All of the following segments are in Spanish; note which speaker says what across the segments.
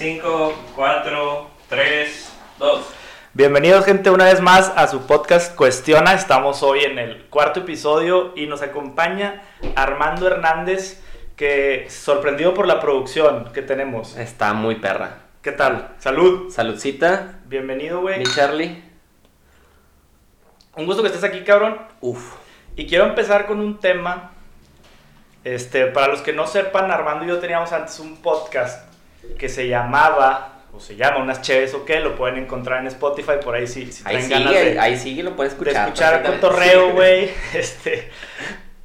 Speaker 1: 5, 4, 3, 2.
Speaker 2: Bienvenidos gente una vez más a su podcast Cuestiona. Estamos hoy en el cuarto episodio y nos acompaña Armando Hernández, que sorprendido por la producción que tenemos.
Speaker 3: Está muy perra.
Speaker 2: ¿Qué tal? Salud.
Speaker 3: Saludcita,
Speaker 2: Bienvenido, güey.
Speaker 3: mi Charlie.
Speaker 2: Un gusto que estés aquí, cabrón.
Speaker 3: Uf.
Speaker 2: Y quiero empezar con un tema. Este, para los que no sepan, Armando y yo teníamos antes un podcast que se llamaba, o se llama Unas Cheves o qué, lo pueden encontrar en Spotify, por ahí si, si
Speaker 3: Ahí
Speaker 2: traen ganas
Speaker 3: sigue,
Speaker 2: de,
Speaker 3: ahí sigue, lo puedes
Speaker 2: de
Speaker 3: escuchar.
Speaker 2: escuchar
Speaker 3: perfectamente.
Speaker 2: cotorreo,
Speaker 3: Sí.
Speaker 2: güey. Este,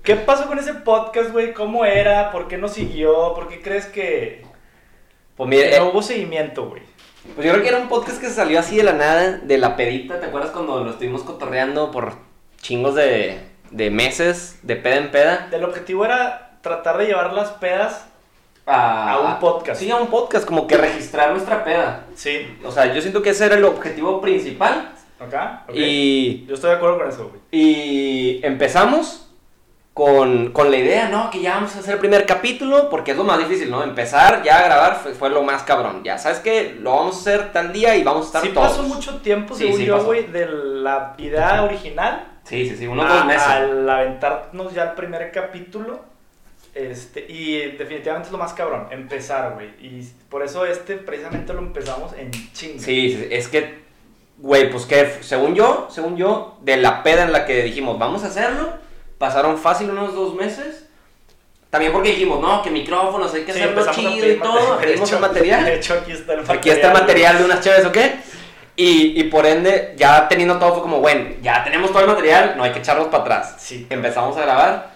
Speaker 2: ¿Qué pasó con ese podcast, güey? ¿Cómo era? ¿Por qué no siguió? ¿Por qué crees que,
Speaker 3: Pues
Speaker 2: que
Speaker 3: mira, eh,
Speaker 2: no hubo seguimiento, güey?
Speaker 3: pues yo creo que era un podcast que salió así de la nada, de la pedita. ¿Te acuerdas cuando lo estuvimos cotorreando por chingos de, de meses, de peda en peda?
Speaker 2: El objetivo era tratar de llevar las pedas,
Speaker 3: A,
Speaker 2: A un podcast.
Speaker 3: Sí, a un podcast, como que registrar nuestra peda.
Speaker 2: sí,
Speaker 3: O sea, yo siento que ese era el objetivo principal.
Speaker 2: acá. ok.
Speaker 3: Y
Speaker 2: Yo estoy de acuerdo con eso, güey.
Speaker 3: Y empezamos con, con la idea, ¿no? Que ya vamos a hacer el primer capítulo, porque es lo más difícil, ¿no? Empezar ya a grabar fue, fue lo más cabrón. Ya sabes que lo vamos a hacer tal día y vamos a estar
Speaker 2: Sí
Speaker 3: todos.
Speaker 2: pasó mucho tiempo,
Speaker 3: Sí,
Speaker 2: según
Speaker 3: sí
Speaker 2: yo,
Speaker 3: pasó.
Speaker 2: güey, de la idea original
Speaker 3: Sí, sí, sí, unos
Speaker 2: a-
Speaker 3: dos meses.
Speaker 2: Ah, al aventarnos ya el primer capítulo. Este, y definitivamente es lo más cabrón, empezar, güey. Y por eso este precisamente lo empezamos en chinga.
Speaker 3: Sí, sí, es que, güey, pues que f- según yo, según yo, de la peda en la que dijimos, vamos a hacerlo, pasaron fácil unos dos meses. También porque dijimos, no, que micrófonos, hay que
Speaker 2: Sí,
Speaker 3: hacerlo
Speaker 2: empezamos a
Speaker 3: chido
Speaker 2: pedir
Speaker 3: y
Speaker 2: material.
Speaker 3: todo,
Speaker 2: De
Speaker 3: pedimos
Speaker 2: hecho-
Speaker 3: el material.
Speaker 2: De hecho, aquí está el material.
Speaker 3: Aquí está el este material de unas chaves, ¿o qué? Y, y por ende, ya teniendo todo, fue como, bueno, ya tenemos todo el material, no hay que echarnos para atrás.
Speaker 2: Sí.
Speaker 3: Empezamos a grabar.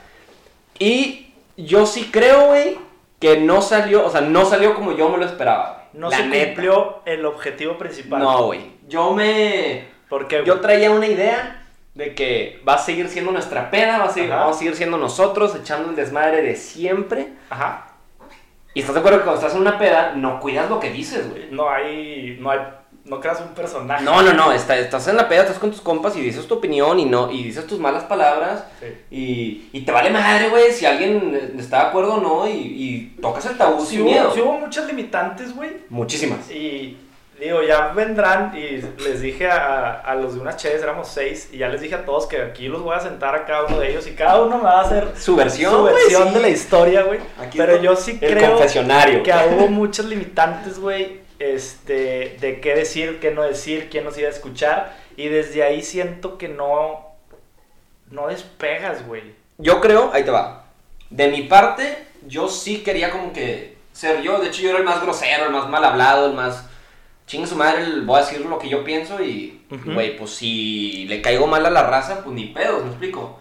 Speaker 3: Y yo sí creo, güey, que no salió, o sea, no salió como yo me lo esperaba. güey.
Speaker 2: No
Speaker 3: La
Speaker 2: se
Speaker 3: neta.
Speaker 2: cumplió el objetivo principal.
Speaker 3: No, güey. Yo me.
Speaker 2: ¿Por qué,
Speaker 3: Yo
Speaker 2: güey?
Speaker 3: traía una idea de que va a seguir siendo nuestra peda, va a seguir,
Speaker 2: Ajá.
Speaker 3: vamos a seguir siendo nosotros, echando el desmadre de siempre.
Speaker 2: Ajá.
Speaker 3: Y estás de acuerdo que cuando estás en una peda, no cuidas lo que dices, güey.
Speaker 2: No hay. No hay. No creas un personaje.
Speaker 3: No, no, no, está- estás en la peda, estás con tus compas y dices tu opinión y no, y dices tus malas palabras
Speaker 2: Sí.
Speaker 3: y, y te vale madre, güey, si alguien eh, está de acuerdo o no y, y tocas el tabú
Speaker 2: Sí
Speaker 3: sin
Speaker 2: hubo-
Speaker 3: miedo.
Speaker 2: sí hubo muchas limitantes, güey.
Speaker 3: Muchísimas.
Speaker 2: Y digo, ya vendrán y les dije a, a los de unas cheves, éramos seis, y ya les dije a todos que aquí los voy a sentar a cada uno de ellos y cada uno me va a hacer
Speaker 3: Su versión,
Speaker 2: su
Speaker 3: güey,
Speaker 2: versión
Speaker 3: sí.
Speaker 2: de la historia, güey.
Speaker 3: Aquí
Speaker 2: Pero
Speaker 3: está
Speaker 2: yo sí
Speaker 3: El
Speaker 2: creo
Speaker 3: confesionario.
Speaker 2: que hubo muchas limitantes, güey, este, de qué decir, qué no decir, quién nos iba a escuchar, y desde ahí siento que no, no despegas, güey.
Speaker 3: Yo creo, ahí te va. De mi parte, yo sí quería como que ser yo. De hecho, yo era el más grosero, el más mal hablado, el más. Chingue su madre, el- voy a decir lo que yo pienso y.
Speaker 2: Ujú.
Speaker 3: Güey, pues si le caigo mal a la raza, pues ni pedos, me explico.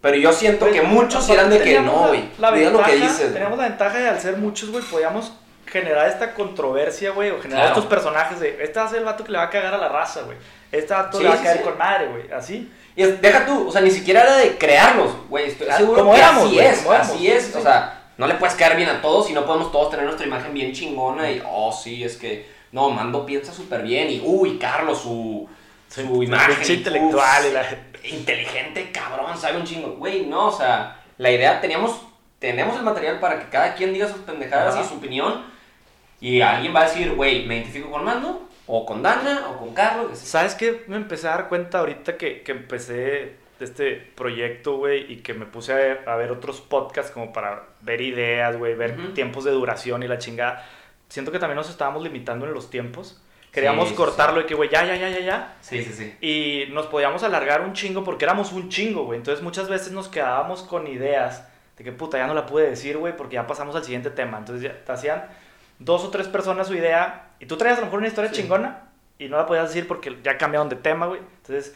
Speaker 3: Pero yo siento que muchos
Speaker 2: Pues, Aparte
Speaker 3: eran de que
Speaker 2: teníamos
Speaker 3: no,
Speaker 2: la-
Speaker 3: güey.
Speaker 2: la
Speaker 3: Cuida lo que
Speaker 2: ventaja-
Speaker 3: dices. güey".
Speaker 2: Teníamos la ventaja de al ser muchos, güey, podíamos generar esta controversia, güey, o generar
Speaker 3: Claro.
Speaker 2: estos personajes de, este va a ser el vato que le va a cagar a la raza, güey. Este vato
Speaker 3: Sí,
Speaker 2: le va a
Speaker 3: sí,
Speaker 2: caer
Speaker 3: sí.
Speaker 2: con madre, güey, así.
Speaker 3: Y es- deja tú, o sea, ni siquiera era de crearlos, güey. Estoy
Speaker 2: Claro,
Speaker 3: seguro
Speaker 2: Ah, como
Speaker 3: que
Speaker 2: éramos,
Speaker 3: así
Speaker 2: güey,
Speaker 3: es,
Speaker 2: como éramos.
Speaker 3: así es.
Speaker 2: Sí.
Speaker 3: O sea, no le puedes caer bien a todos y no podemos todos tener nuestra imagen bien chingona y, oh, sí, es que, no, Mando piensa súper bien y, uy, Carlos, su, su imagen.
Speaker 2: Pinche
Speaker 3: uf,
Speaker 2: intelectual y la-
Speaker 3: Inteligente, cabrón, sabe un chingo. Güey, no, o sea, la idea, teníamos, tenemos el material para que cada quien diga sus pendejadas
Speaker 2: Ajá.
Speaker 3: y su opinión y alguien va a decir, güey, me identifico con Mando o con Dana o con Carlos. etc.
Speaker 2: pues, ¿Sabes qué? Me empecé a dar cuenta ahorita que, que empecé este proyecto, güey, y que me puse a ver, a ver otros podcasts como para ver ideas, güey, ver
Speaker 3: Ujú.
Speaker 2: tiempos de duración y la chingada. Siento que también nos estábamos limitando en los tiempos. Queríamos
Speaker 3: Sí, sí,
Speaker 2: cortarlo y que, güey, ya, ya, ya, ya, ya.
Speaker 3: Sí, sí, sí.
Speaker 2: y nos podíamos alargar un chingo porque éramos un chingo, güey. Entonces muchas veces nos quedábamos con ideas de que puta, ya no la pude decir, güey, porque ya pasamos al siguiente tema. Entonces ya te hacían dos o tres personas su idea y tú traías a lo mejor una historia
Speaker 3: Sí.
Speaker 2: chingona y no la podías decir porque ya cambiaron de tema, güey. Entonces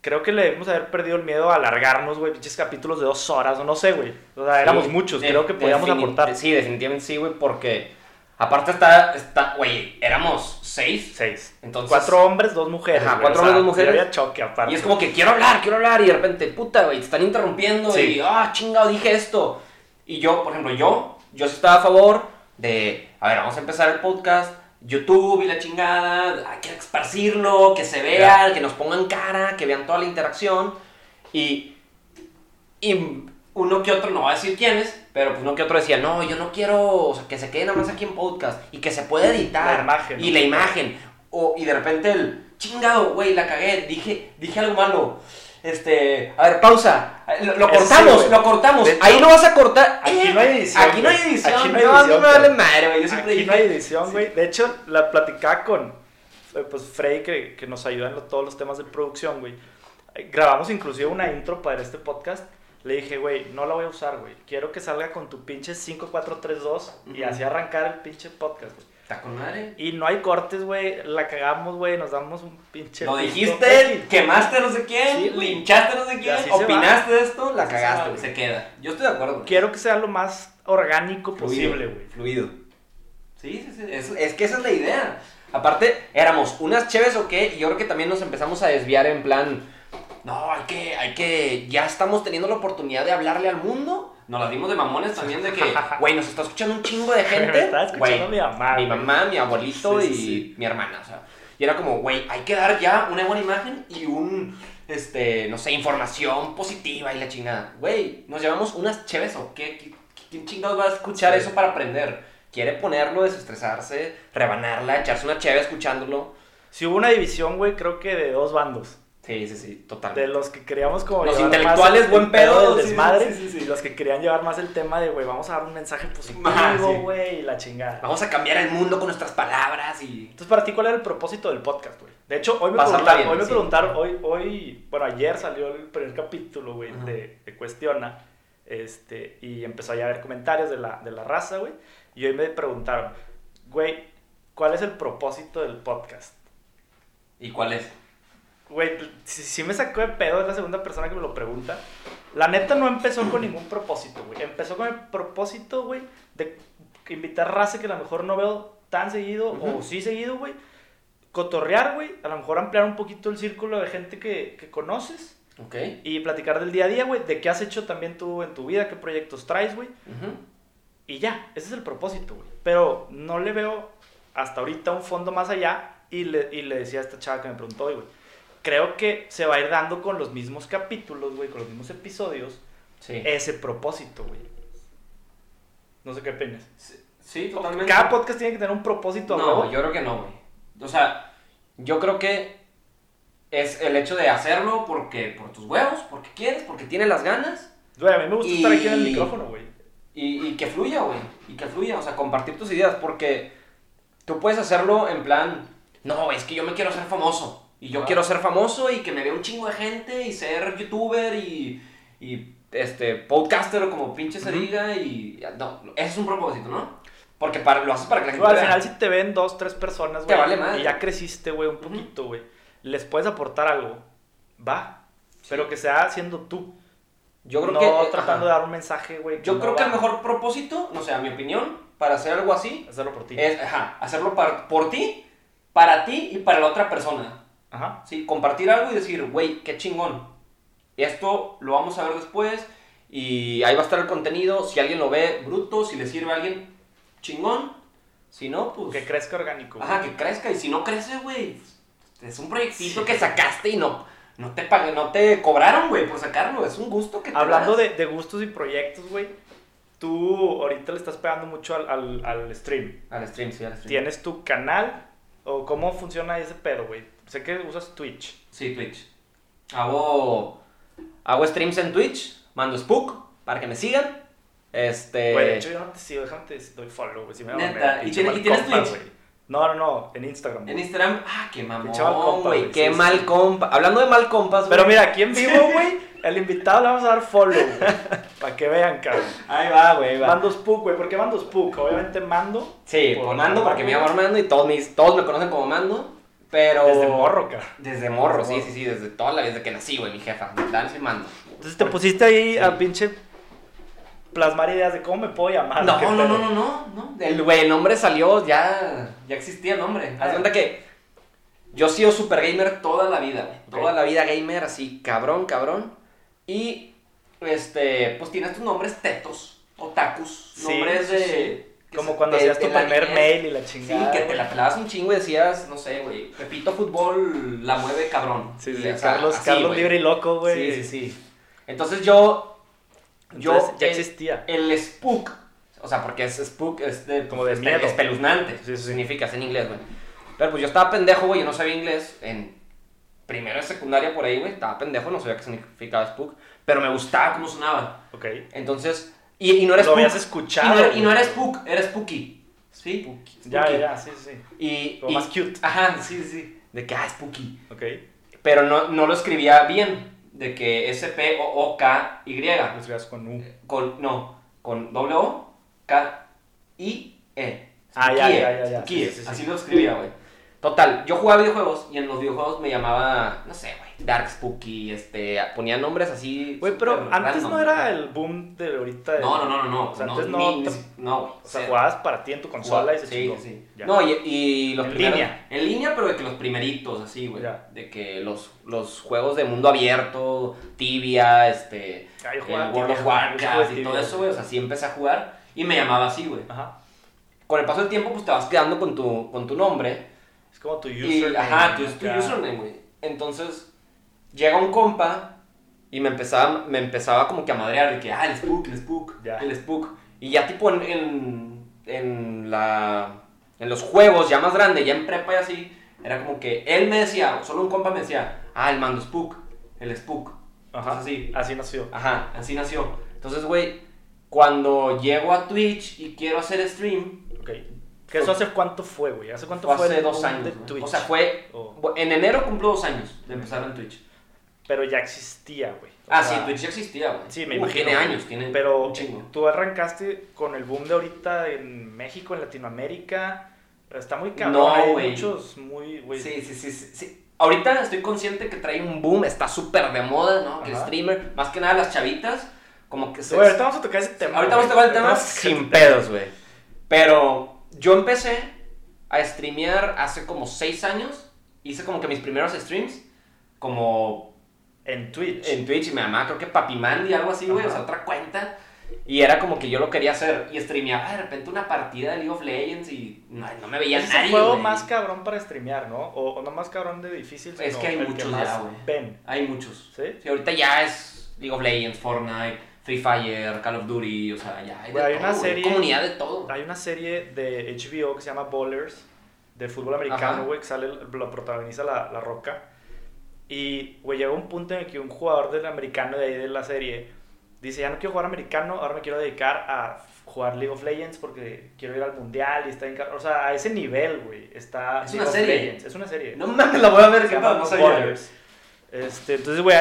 Speaker 2: creo que le debimos haber perdido el miedo a alargarnos, güey, pinches capítulos de dos horas o no sé, güey. O sea, éramos
Speaker 3: Sí,
Speaker 2: muchos,
Speaker 3: de-
Speaker 2: creo que podíamos
Speaker 3: definit-
Speaker 2: aportar.
Speaker 3: Sí, definitivamente sí, güey, porque aparte está, está, güey, éramos seis.
Speaker 2: Seis.
Speaker 3: Entonces,
Speaker 2: Cuatro hombres, dos mujeres.
Speaker 3: Ajá,
Speaker 2: güey.
Speaker 3: cuatro
Speaker 2: O sea,
Speaker 3: hombres, dos
Speaker 2: sí
Speaker 3: mujeres.
Speaker 2: había choque aparte.
Speaker 3: Y es como que quiero hablar, quiero hablar, y de repente, puta, güey, te están interrumpiendo,
Speaker 2: Sí.
Speaker 3: y ah, chingado, dije esto. Y yo, por ejemplo, yo, yo sí estaba a favor de, a ver, vamos a empezar el podcast, YouTube y la chingada, hay que esparcirlo, que se vea, que nos pongan cara, que vean toda la interacción. Y, y uno que otro, no va a decir quién es, pero pues uno que otro decía, no, yo no quiero o sea, que se quede nada más aquí en podcast y que se pueda editar.
Speaker 2: La imagen,
Speaker 3: Y
Speaker 2: ¿no?
Speaker 3: la imagen. O, y de repente el, chingado, güey, la cagué, dije, dije algo malo. Este, a ver, pausa. eh, Lo, lo
Speaker 2: Eso sí,
Speaker 3: cortamos,
Speaker 2: güey.
Speaker 3: lo cortamos.
Speaker 2: De hecho,
Speaker 3: Ahí no vas a cortar.
Speaker 2: aquí
Speaker 3: Eh,
Speaker 2: no hay edición,
Speaker 3: Aquí no hay
Speaker 2: güey.
Speaker 3: edición.
Speaker 2: Aquí no hay
Speaker 3: no, a mí
Speaker 2: edición,
Speaker 3: me vale
Speaker 2: güey.
Speaker 3: madre, güey. Yo siempre
Speaker 2: Aquí
Speaker 3: dije-
Speaker 2: no hay edición,
Speaker 3: Sí.
Speaker 2: güey. De hecho, la platicaba con eh, pues, Freddy, que, que nos ayuda en lo- todos los temas de producción, güey. Eh, Grabamos inclusive una intro para este podcast. Le dije, güey, no la voy a usar, güey. Quiero que salga con tu pinche 5432 y
Speaker 3: Ujú.
Speaker 2: así arrancar el pinche podcast, güey.
Speaker 3: Está con madre.
Speaker 2: Y no hay cortes, güey. La cagamos, güey. Nos damos un pinche.
Speaker 3: Lo
Speaker 2: pisto.
Speaker 3: dijiste, quemaste no sé quién,
Speaker 2: Sí, güey.
Speaker 3: linchaste no sé
Speaker 2: Y
Speaker 3: quién,
Speaker 2: así se
Speaker 3: opinaste de esto, la
Speaker 2: Así se va,
Speaker 3: cagaste, güey.
Speaker 2: güey.
Speaker 3: Se queda. Yo estoy de acuerdo. güey.
Speaker 2: Quiero que sea lo más orgánico
Speaker 3: Fluido,
Speaker 2: posible, güey.
Speaker 3: Fluido. Sí, sí, sí. Es, es que esa es la idea. Aparte, éramos unas chéves o qué, y yo creo que también nos empezamos a desviar en plan. No, hay que, hay que, ya estamos teniendo la oportunidad de hablarle al mundo. Nos las dimos de mamones también de que, güey, nos está escuchando un chingo de gente.
Speaker 2: Me estaba escuchando
Speaker 3: Güey,
Speaker 2: mi mamá,
Speaker 3: Mi
Speaker 2: güey.
Speaker 3: mamá, mi abuelito
Speaker 2: Sí,
Speaker 3: y
Speaker 2: sí, sí.
Speaker 3: mi hermana, o sea. Y era como, güey, hay que dar ya una buena imagen y un, este, no sé, información positiva y la chingada. Güey, nos llevamos unas chéves o qué, ¿Qui- ¿quién chingados va a escuchar
Speaker 2: Sí.
Speaker 3: eso para aprender? Quiere ponerlo, desestresarse, rebanarla, echarse una chévere escuchándolo.
Speaker 2: Si hubo una división, güey, creo que de dos bandos.
Speaker 3: Sí, sí, sí,
Speaker 2: De
Speaker 3: totalmente.
Speaker 2: los que queríamos como
Speaker 3: Los
Speaker 2: llevar más
Speaker 3: intelectuales,
Speaker 2: el
Speaker 3: buen pedo,
Speaker 2: del
Speaker 3: sí,
Speaker 2: desmadre,
Speaker 3: sí, sí, sí.
Speaker 2: y los que querían llevar más el tema de, güey, vamos a dar un mensaje positivo,
Speaker 3: Ajá, sí. Ah.
Speaker 2: güey, y la chingada.
Speaker 3: Vamos a cambiar el mundo con nuestras palabras y...
Speaker 2: Entonces, para ti, ¿cuál era el propósito del podcast, güey? De hecho, hoy me
Speaker 3: Pasarla
Speaker 2: preguntaron,
Speaker 3: bien,
Speaker 2: hoy, me
Speaker 3: sí.
Speaker 2: preguntaron hoy, hoy, bueno, ayer salió el primer capítulo, güey,
Speaker 3: Ajá.
Speaker 2: de, de Cuestiona, este, y empezó ya a haber comentarios de la, de la raza, güey, y hoy me preguntaron, güey, ¿cuál es el propósito del podcast?
Speaker 3: ¿Y cuál es?
Speaker 2: Güey, pues, si, si me sacó de pedo, es la segunda persona que me lo pregunta. La neta no empezó con ningún propósito, güey. Empezó con el propósito, güey, de invitar raza que a lo mejor no veo tan seguido
Speaker 3: Ujú.
Speaker 2: o sí seguido, güey. Cotorrear, güey. A lo mejor ampliar un poquito el círculo de gente que, que conoces
Speaker 3: Ok.
Speaker 2: y platicar del día a día, güey. De qué has hecho también tú en tu vida, qué proyectos traes, güey.
Speaker 3: Ujú.
Speaker 2: Y ya, ese es el propósito, güey. Pero no le veo hasta ahorita un fondo más allá. Y le, y le decía a esta chava que me preguntó hoy, güey. Creo que se va a ir dando con los mismos capítulos, güey, con los mismos episodios,
Speaker 3: Sí.
Speaker 2: ese propósito, güey. No sé qué opinas.
Speaker 3: Sí, sí, totalmente.
Speaker 2: Cada podcast tiene que tener un propósito, a
Speaker 3: Pues No,
Speaker 2: huevo.
Speaker 3: yo creo que no, güey. O sea, yo creo que es el hecho de hacerlo porque por tus huevos, porque quieres, porque tienes las ganas
Speaker 2: Güey, a mí me gusta estar aquí en el
Speaker 3: Y-
Speaker 2: micrófono, güey.
Speaker 3: y, y que fluya, güey. Y que fluya, o sea, compartir tus ideas porque tú puedes hacerlo en plan, no, es que yo me quiero ser famoso y yo
Speaker 2: Ah.
Speaker 3: quiero ser famoso y que me vea un chingo de gente y ser youtuber y, y, este podcaster o como pinche se
Speaker 2: Ujú.
Speaker 3: diga y no, ese es un propósito, ¿no? Porque para, lo haces para que la gente
Speaker 2: Güey, al
Speaker 3: vea.
Speaker 2: final si te ven dos, tres personas,
Speaker 3: Te
Speaker 2: güey,
Speaker 3: vale madre.
Speaker 2: y ya creciste, güey, un poquito, güey, les puedes aportar algo, va, pero que sea siendo tú.
Speaker 3: yo creo
Speaker 2: no
Speaker 3: que eh,
Speaker 2: tratando
Speaker 3: ajá.
Speaker 2: de dar un mensaje, güey.
Speaker 3: Yo
Speaker 2: no
Speaker 3: creo que
Speaker 2: va.
Speaker 3: el mejor propósito, no sé, a mi opinión, para hacer algo así,
Speaker 2: Hacerlo por ti.
Speaker 3: es ajá, hacerlo par- por ti, para ti y para la otra persona.
Speaker 2: Ajá.
Speaker 3: ¿sí? Compartir algo y decir, güey, qué chingón. Esto lo vamos a ver después y ahí va a estar el contenido. Si alguien lo ve bruto, si le sirve a alguien, chingón. Si no, pues...
Speaker 2: Que crezca orgánico. güey.
Speaker 3: Ajá, que crezca. Y si no crece, güey, es un proyectito
Speaker 2: Sí.
Speaker 3: que sacaste y no, no, te pag- no te cobraron, güey, por sacarlo. Es un gusto que te
Speaker 2: Hablando de,
Speaker 3: das.
Speaker 2: de gustos y proyectos, güey. Tú ahorita le estás pegando mucho al, al, al stream.
Speaker 3: Al stream, sí, al stream.
Speaker 2: ¿Tienes tu canal? ¿O cómo funciona ese pedo, güey? Sé que usas Twitch.
Speaker 3: Sí, Twitch. Hago, hago streams en Twitch, mando Spook para que me sigan. Este.
Speaker 2: Güey, de hecho, yo no te sigo, déjame te doy follow, güey. Si me
Speaker 3: Neta,
Speaker 2: van a ver,
Speaker 3: ¿y
Speaker 2: pinche
Speaker 3: tiene- y
Speaker 2: mal
Speaker 3: tienes
Speaker 2: compa,
Speaker 3: Twitch?
Speaker 2: güey. No, no, no, en Instagram.
Speaker 3: en
Speaker 2: güey.
Speaker 3: Instagram, ah, qué
Speaker 2: Pinche mal
Speaker 3: mamón,
Speaker 2: compa,
Speaker 3: güey,
Speaker 2: güey,
Speaker 3: qué
Speaker 2: sí,
Speaker 3: mal
Speaker 2: sí.
Speaker 3: compa. Hablando de mal compas,
Speaker 2: Pero
Speaker 3: güey.
Speaker 2: mira, aquí en vivo, güey, el invitado le vamos a dar follow, güey. Para que vean, cabrón.
Speaker 3: Ahí va, güey, ahí va.
Speaker 2: Mando Spook, güey. ¿Por qué Mando Spook? Obviamente Mando.
Speaker 3: sí,
Speaker 2: por
Speaker 3: por Mando, porque me
Speaker 2: Mando.
Speaker 3: llamo Mando y todos, mis, todos me conocen como Mando. Pero.
Speaker 2: Desde morro, cabrón.
Speaker 3: Desde morro,
Speaker 2: Desde
Speaker 3: sí,
Speaker 2: morro.
Speaker 3: sí, sí, desde toda la vida, desde que nací, güey, mi jefa. Dan soy Mando.
Speaker 2: Entonces te pusiste ahí
Speaker 3: Sí.
Speaker 2: a pinche plasmar ideas de cómo me puedo llamar.
Speaker 3: Ah, No,
Speaker 2: qué
Speaker 3: no,
Speaker 2: pedo.
Speaker 3: no, no, no, no. El, güey, el nombre salió, ya, ya existía el nombre. Haz de cuenta que yo he sido super gamer toda la vida, güey. Toda
Speaker 2: Ok.
Speaker 3: la vida gamer, así, cabrón, cabrón. Y, este, pues tiene estos nombres tetos, otakus,
Speaker 2: Sí,
Speaker 3: nombres
Speaker 2: sí,
Speaker 3: de...
Speaker 2: sí.
Speaker 3: que
Speaker 2: Como
Speaker 3: se-
Speaker 2: cuando
Speaker 3: de-
Speaker 2: hacías
Speaker 3: de
Speaker 2: tu
Speaker 3: la
Speaker 2: primer
Speaker 3: niñez.
Speaker 2: mail y la
Speaker 3: Sí,
Speaker 2: chingada.
Speaker 3: que te
Speaker 2: güey.
Speaker 3: la pelabas un chingo y decías, no sé, güey, Pepito Fútbol la mueve cabrón.
Speaker 2: Sí,
Speaker 3: Y,
Speaker 2: sí,
Speaker 3: o sea,
Speaker 2: Carlos,
Speaker 3: así,
Speaker 2: Carlos
Speaker 3: güey.
Speaker 2: Libre y Loco, güey.
Speaker 3: Sí, sí, sí. Entonces yo
Speaker 2: Entonces,
Speaker 3: Yo-
Speaker 2: ya
Speaker 3: eh,
Speaker 2: existía.
Speaker 3: El spook, o sea, porque es spook, es de,
Speaker 2: Como de
Speaker 3: espe-
Speaker 2: miedo.
Speaker 3: espeluznante,
Speaker 2: Sí, sí,
Speaker 3: eso
Speaker 2: sí.
Speaker 3: significa, es en inglés, güey. Pero pues yo estaba pendejo, güey, yo no sabía inglés en primero de secundaria por ahí, güey, estaba pendejo, no sabía qué significaba spook, pero me gustaba cómo sonaba.
Speaker 2: Ok.
Speaker 3: Entonces, y, y no era
Speaker 2: Lo habías
Speaker 3: Y no,
Speaker 2: escuchado.
Speaker 3: era, y no era spook, era spooky. ¿Sí?
Speaker 2: Ya,
Speaker 3: Spooky.
Speaker 2: ya, ya, sí, sí.
Speaker 3: Y,
Speaker 2: Como
Speaker 3: y-
Speaker 2: más cute.
Speaker 3: Ajá, sí, sí. De que, ah, spooky.
Speaker 2: Ok.
Speaker 3: Pero no, no lo escribía bien. De que S-P-O-O-K-Y.
Speaker 2: Los veas con U.
Speaker 3: Con, no, con doble O, K, I, E.
Speaker 2: Ah, ya,
Speaker 3: Spooky,
Speaker 2: ya, ya, ya.
Speaker 3: spooky,
Speaker 2: Sí, sí, sí.
Speaker 3: Así lo escribía, güey. Total, yo jugaba videojuegos y en los videojuegos me llamaba, no sé, güey, Dark Spooky, este, ponía nombres así.
Speaker 2: Güey, pero
Speaker 3: súper
Speaker 2: antes
Speaker 3: random.
Speaker 2: no era el boom de ahorita. de-
Speaker 3: No, no, no, no, no.
Speaker 2: O sea,
Speaker 3: no,
Speaker 2: antes no
Speaker 3: ni-
Speaker 2: te-
Speaker 3: ni- no, güey.
Speaker 2: O sea, jugabas para ti en tu consola y se
Speaker 3: sí,
Speaker 2: chingó.
Speaker 3: sí.
Speaker 2: Ya.
Speaker 3: No, y, y los
Speaker 2: En
Speaker 3: primeros-
Speaker 2: línea.
Speaker 3: En línea, pero de que los primeritos, así, güey.
Speaker 2: Ya.
Speaker 3: De que los, los juegos de mundo abierto, tibia, este.
Speaker 2: Ah, yo
Speaker 3: el
Speaker 2: jugaba
Speaker 3: World
Speaker 2: Tibia,
Speaker 3: of
Speaker 2: güey, yo jugaba
Speaker 3: Warcraft y
Speaker 2: Tibia,
Speaker 3: todo eso,
Speaker 2: güey.
Speaker 3: güey. O sea, sí empecé a jugar y me llamaba así, güey.
Speaker 2: Ajá.
Speaker 3: Con el paso del tiempo, pues te vas quedando con tu, con tu nombre.
Speaker 2: Es como tu
Speaker 3: Y,
Speaker 2: username.
Speaker 3: ajá, tu, tu
Speaker 2: acá.
Speaker 3: username, güey. Entonces, llega un compa y me empezaba, me empezaba como que a madrear de que, ah, el spook, el spook,
Speaker 2: Ya.
Speaker 3: el spook. Y ya tipo en, en, en la, en los juegos ya más grande, ya en prepa y así, era como que él me decía, o solo un compa me decía, ah, el mando spook, el spook.
Speaker 2: Ajá.
Speaker 3: Entonces, así,
Speaker 2: Así nació.
Speaker 3: Ajá, así nació. Entonces, güey, cuando llego a Twitch y quiero hacer stream,
Speaker 2: Ok. ¿Que eso hace cuánto fue, güey? ¿Hace cuánto
Speaker 3: fue
Speaker 2: fue,
Speaker 3: hace
Speaker 2: el
Speaker 3: dos
Speaker 2: boom
Speaker 3: años.
Speaker 2: de
Speaker 3: güey.
Speaker 2: Twitch?
Speaker 3: O sea, fue.
Speaker 2: Oh.
Speaker 3: bu- En enero cumplo dos años de empezar en Twitch.
Speaker 2: Pero ya existía, güey. O
Speaker 3: ah,
Speaker 2: sea,
Speaker 3: sí, Twitch ya existía, güey.
Speaker 2: Sí, me
Speaker 3: Uy,
Speaker 2: imagino.
Speaker 3: Tiene
Speaker 2: güey.
Speaker 3: años, tiene
Speaker 2: Pero
Speaker 3: un chingo.
Speaker 2: tú arrancaste con el boom de ahorita en México, en Latinoamérica. Está muy cabrón.
Speaker 3: No,
Speaker 2: hay
Speaker 3: güey.
Speaker 2: muchos muy, güey.
Speaker 3: Sí, sí, sí, sí, sí. Ahorita estoy consciente que trae un boom, está súper de moda, ¿no? Que el
Speaker 2: Ajá.
Speaker 3: streamer, más que nada las chavitas, como que se.
Speaker 2: Güey, ahorita vamos a tocar ese tema.
Speaker 3: Ahorita vamos a
Speaker 2: güey.
Speaker 3: tocar el tema
Speaker 2: Ahorita vamos a tocar
Speaker 3: sin
Speaker 2: ese tema.
Speaker 3: pedos, güey. Pero yo empecé a streamear hace como seis años. Hice como que mis primeros streams, como
Speaker 2: En Twitch.
Speaker 3: en Twitch y mi mamá, creo que Papimandi, algo así, güey,
Speaker 2: Ajá.
Speaker 3: o sea, otra cuenta. Y era como que yo lo quería hacer y streameaba de repente una partida de League of Legends y no, no me veía
Speaker 2: Ese es
Speaker 3: nadie.
Speaker 2: el juego
Speaker 3: güey.
Speaker 2: más cabrón para streamear, ¿no? O, o no más cabrón de difícil,
Speaker 3: Es
Speaker 2: sino
Speaker 3: que hay
Speaker 2: el
Speaker 3: muchos
Speaker 2: que
Speaker 3: ya,
Speaker 2: más
Speaker 3: güey.
Speaker 2: ven.
Speaker 3: Hay muchos.
Speaker 2: ¿Sí?
Speaker 3: Sí, ahorita ya es League of Legends, Fortnite, Free Fire, Call of Duty, o sea, ya hay, de
Speaker 2: Güey, hay
Speaker 3: todo,
Speaker 2: una
Speaker 3: güey.
Speaker 2: serie-
Speaker 3: comunidad de todo.
Speaker 2: Hay una serie de HBO que se llama Ballers, de fútbol
Speaker 3: Ajá.
Speaker 2: americano, güey, que sale, lo protagoniza la, la Roca. Y, güey, llega un punto en el que un jugador del americano de ahí de la serie dice, ya no quiero jugar americano, ahora me quiero dedicar a jugar League of Legends porque quiero ir al mundial y está en... ca- O sea, a ese nivel, güey, está...
Speaker 3: Es
Speaker 2: League
Speaker 3: una
Speaker 2: of
Speaker 3: serie.
Speaker 2: Legends. Es una serie.
Speaker 3: No mames, la voy a ver,
Speaker 2: Se
Speaker 3: qué
Speaker 2: llama
Speaker 3: tal, no sabía.
Speaker 2: Ballers. Este, entonces, güey.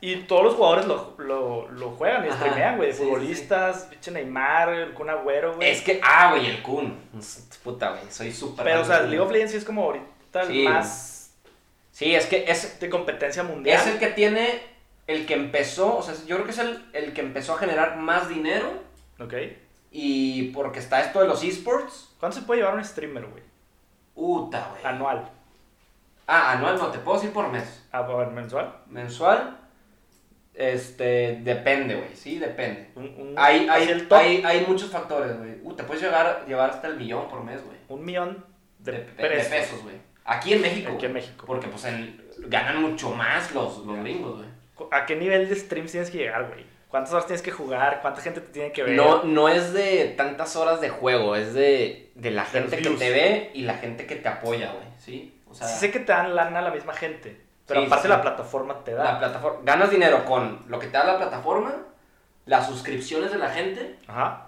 Speaker 2: Y todos los jugadores lo, lo, lo juegan y
Speaker 3: Ajá,
Speaker 2: streamean, güey. de
Speaker 3: sí, sí,
Speaker 2: Futbolistas, pinche Neymar, el Kun Agüero, güey.
Speaker 3: Es que, ah, güey, el Kun. Puta, güey, soy súper.
Speaker 2: Pero, o sea,
Speaker 3: fan del
Speaker 2: League
Speaker 3: Kun.
Speaker 2: of Legends sí es como ahorita
Speaker 3: Sí,
Speaker 2: el más
Speaker 3: Sí, es que es,
Speaker 2: de competencia mundial.
Speaker 3: Es el que tiene, el que empezó, o sea, yo creo que es el, el que empezó a generar más dinero
Speaker 2: Ok.
Speaker 3: y porque está esto de los esports.
Speaker 2: ¿Cuánto se puede llevar un streamer, güey?
Speaker 3: Uta, güey.
Speaker 2: Anual.
Speaker 3: Ah, anual no, te puedo decir por mes.
Speaker 2: Ah, bueno, mensual.
Speaker 3: Mensual, este, depende, güey, sí, depende.
Speaker 2: Un, un,
Speaker 3: Hay,
Speaker 2: así
Speaker 3: hay,
Speaker 2: el top,
Speaker 3: hay, hay muchos factores, güey. Uh, te puedes llegar, llevar hasta el millón por mes, güey.
Speaker 2: un millón de,
Speaker 3: De, de- de
Speaker 2: pesos.
Speaker 3: pesos, güey. Aquí en México.
Speaker 2: Aquí en
Speaker 3: güey.
Speaker 2: México.
Speaker 3: Porque, pues, en- ganan mucho más los, los gringos, güey.
Speaker 2: ¿A qué nivel de streams tienes que llegar, güey? ¿Cuántas horas tienes que jugar? ¿Cuánta gente te tiene que ver?
Speaker 3: No, no es de tantas horas de juego, es de, de la gente que
Speaker 2: views.
Speaker 3: te ve y la gente que te apoya, güey. Sí, o sea,
Speaker 2: Sí sé que te dan lana a la misma gente, pero
Speaker 3: Sí,
Speaker 2: aparte
Speaker 3: sí.
Speaker 2: la plataforma te
Speaker 3: la
Speaker 2: da.
Speaker 3: plataforma, ganas dinero con lo que te da la plataforma, las suscripciones de la gente,
Speaker 2: Ajá.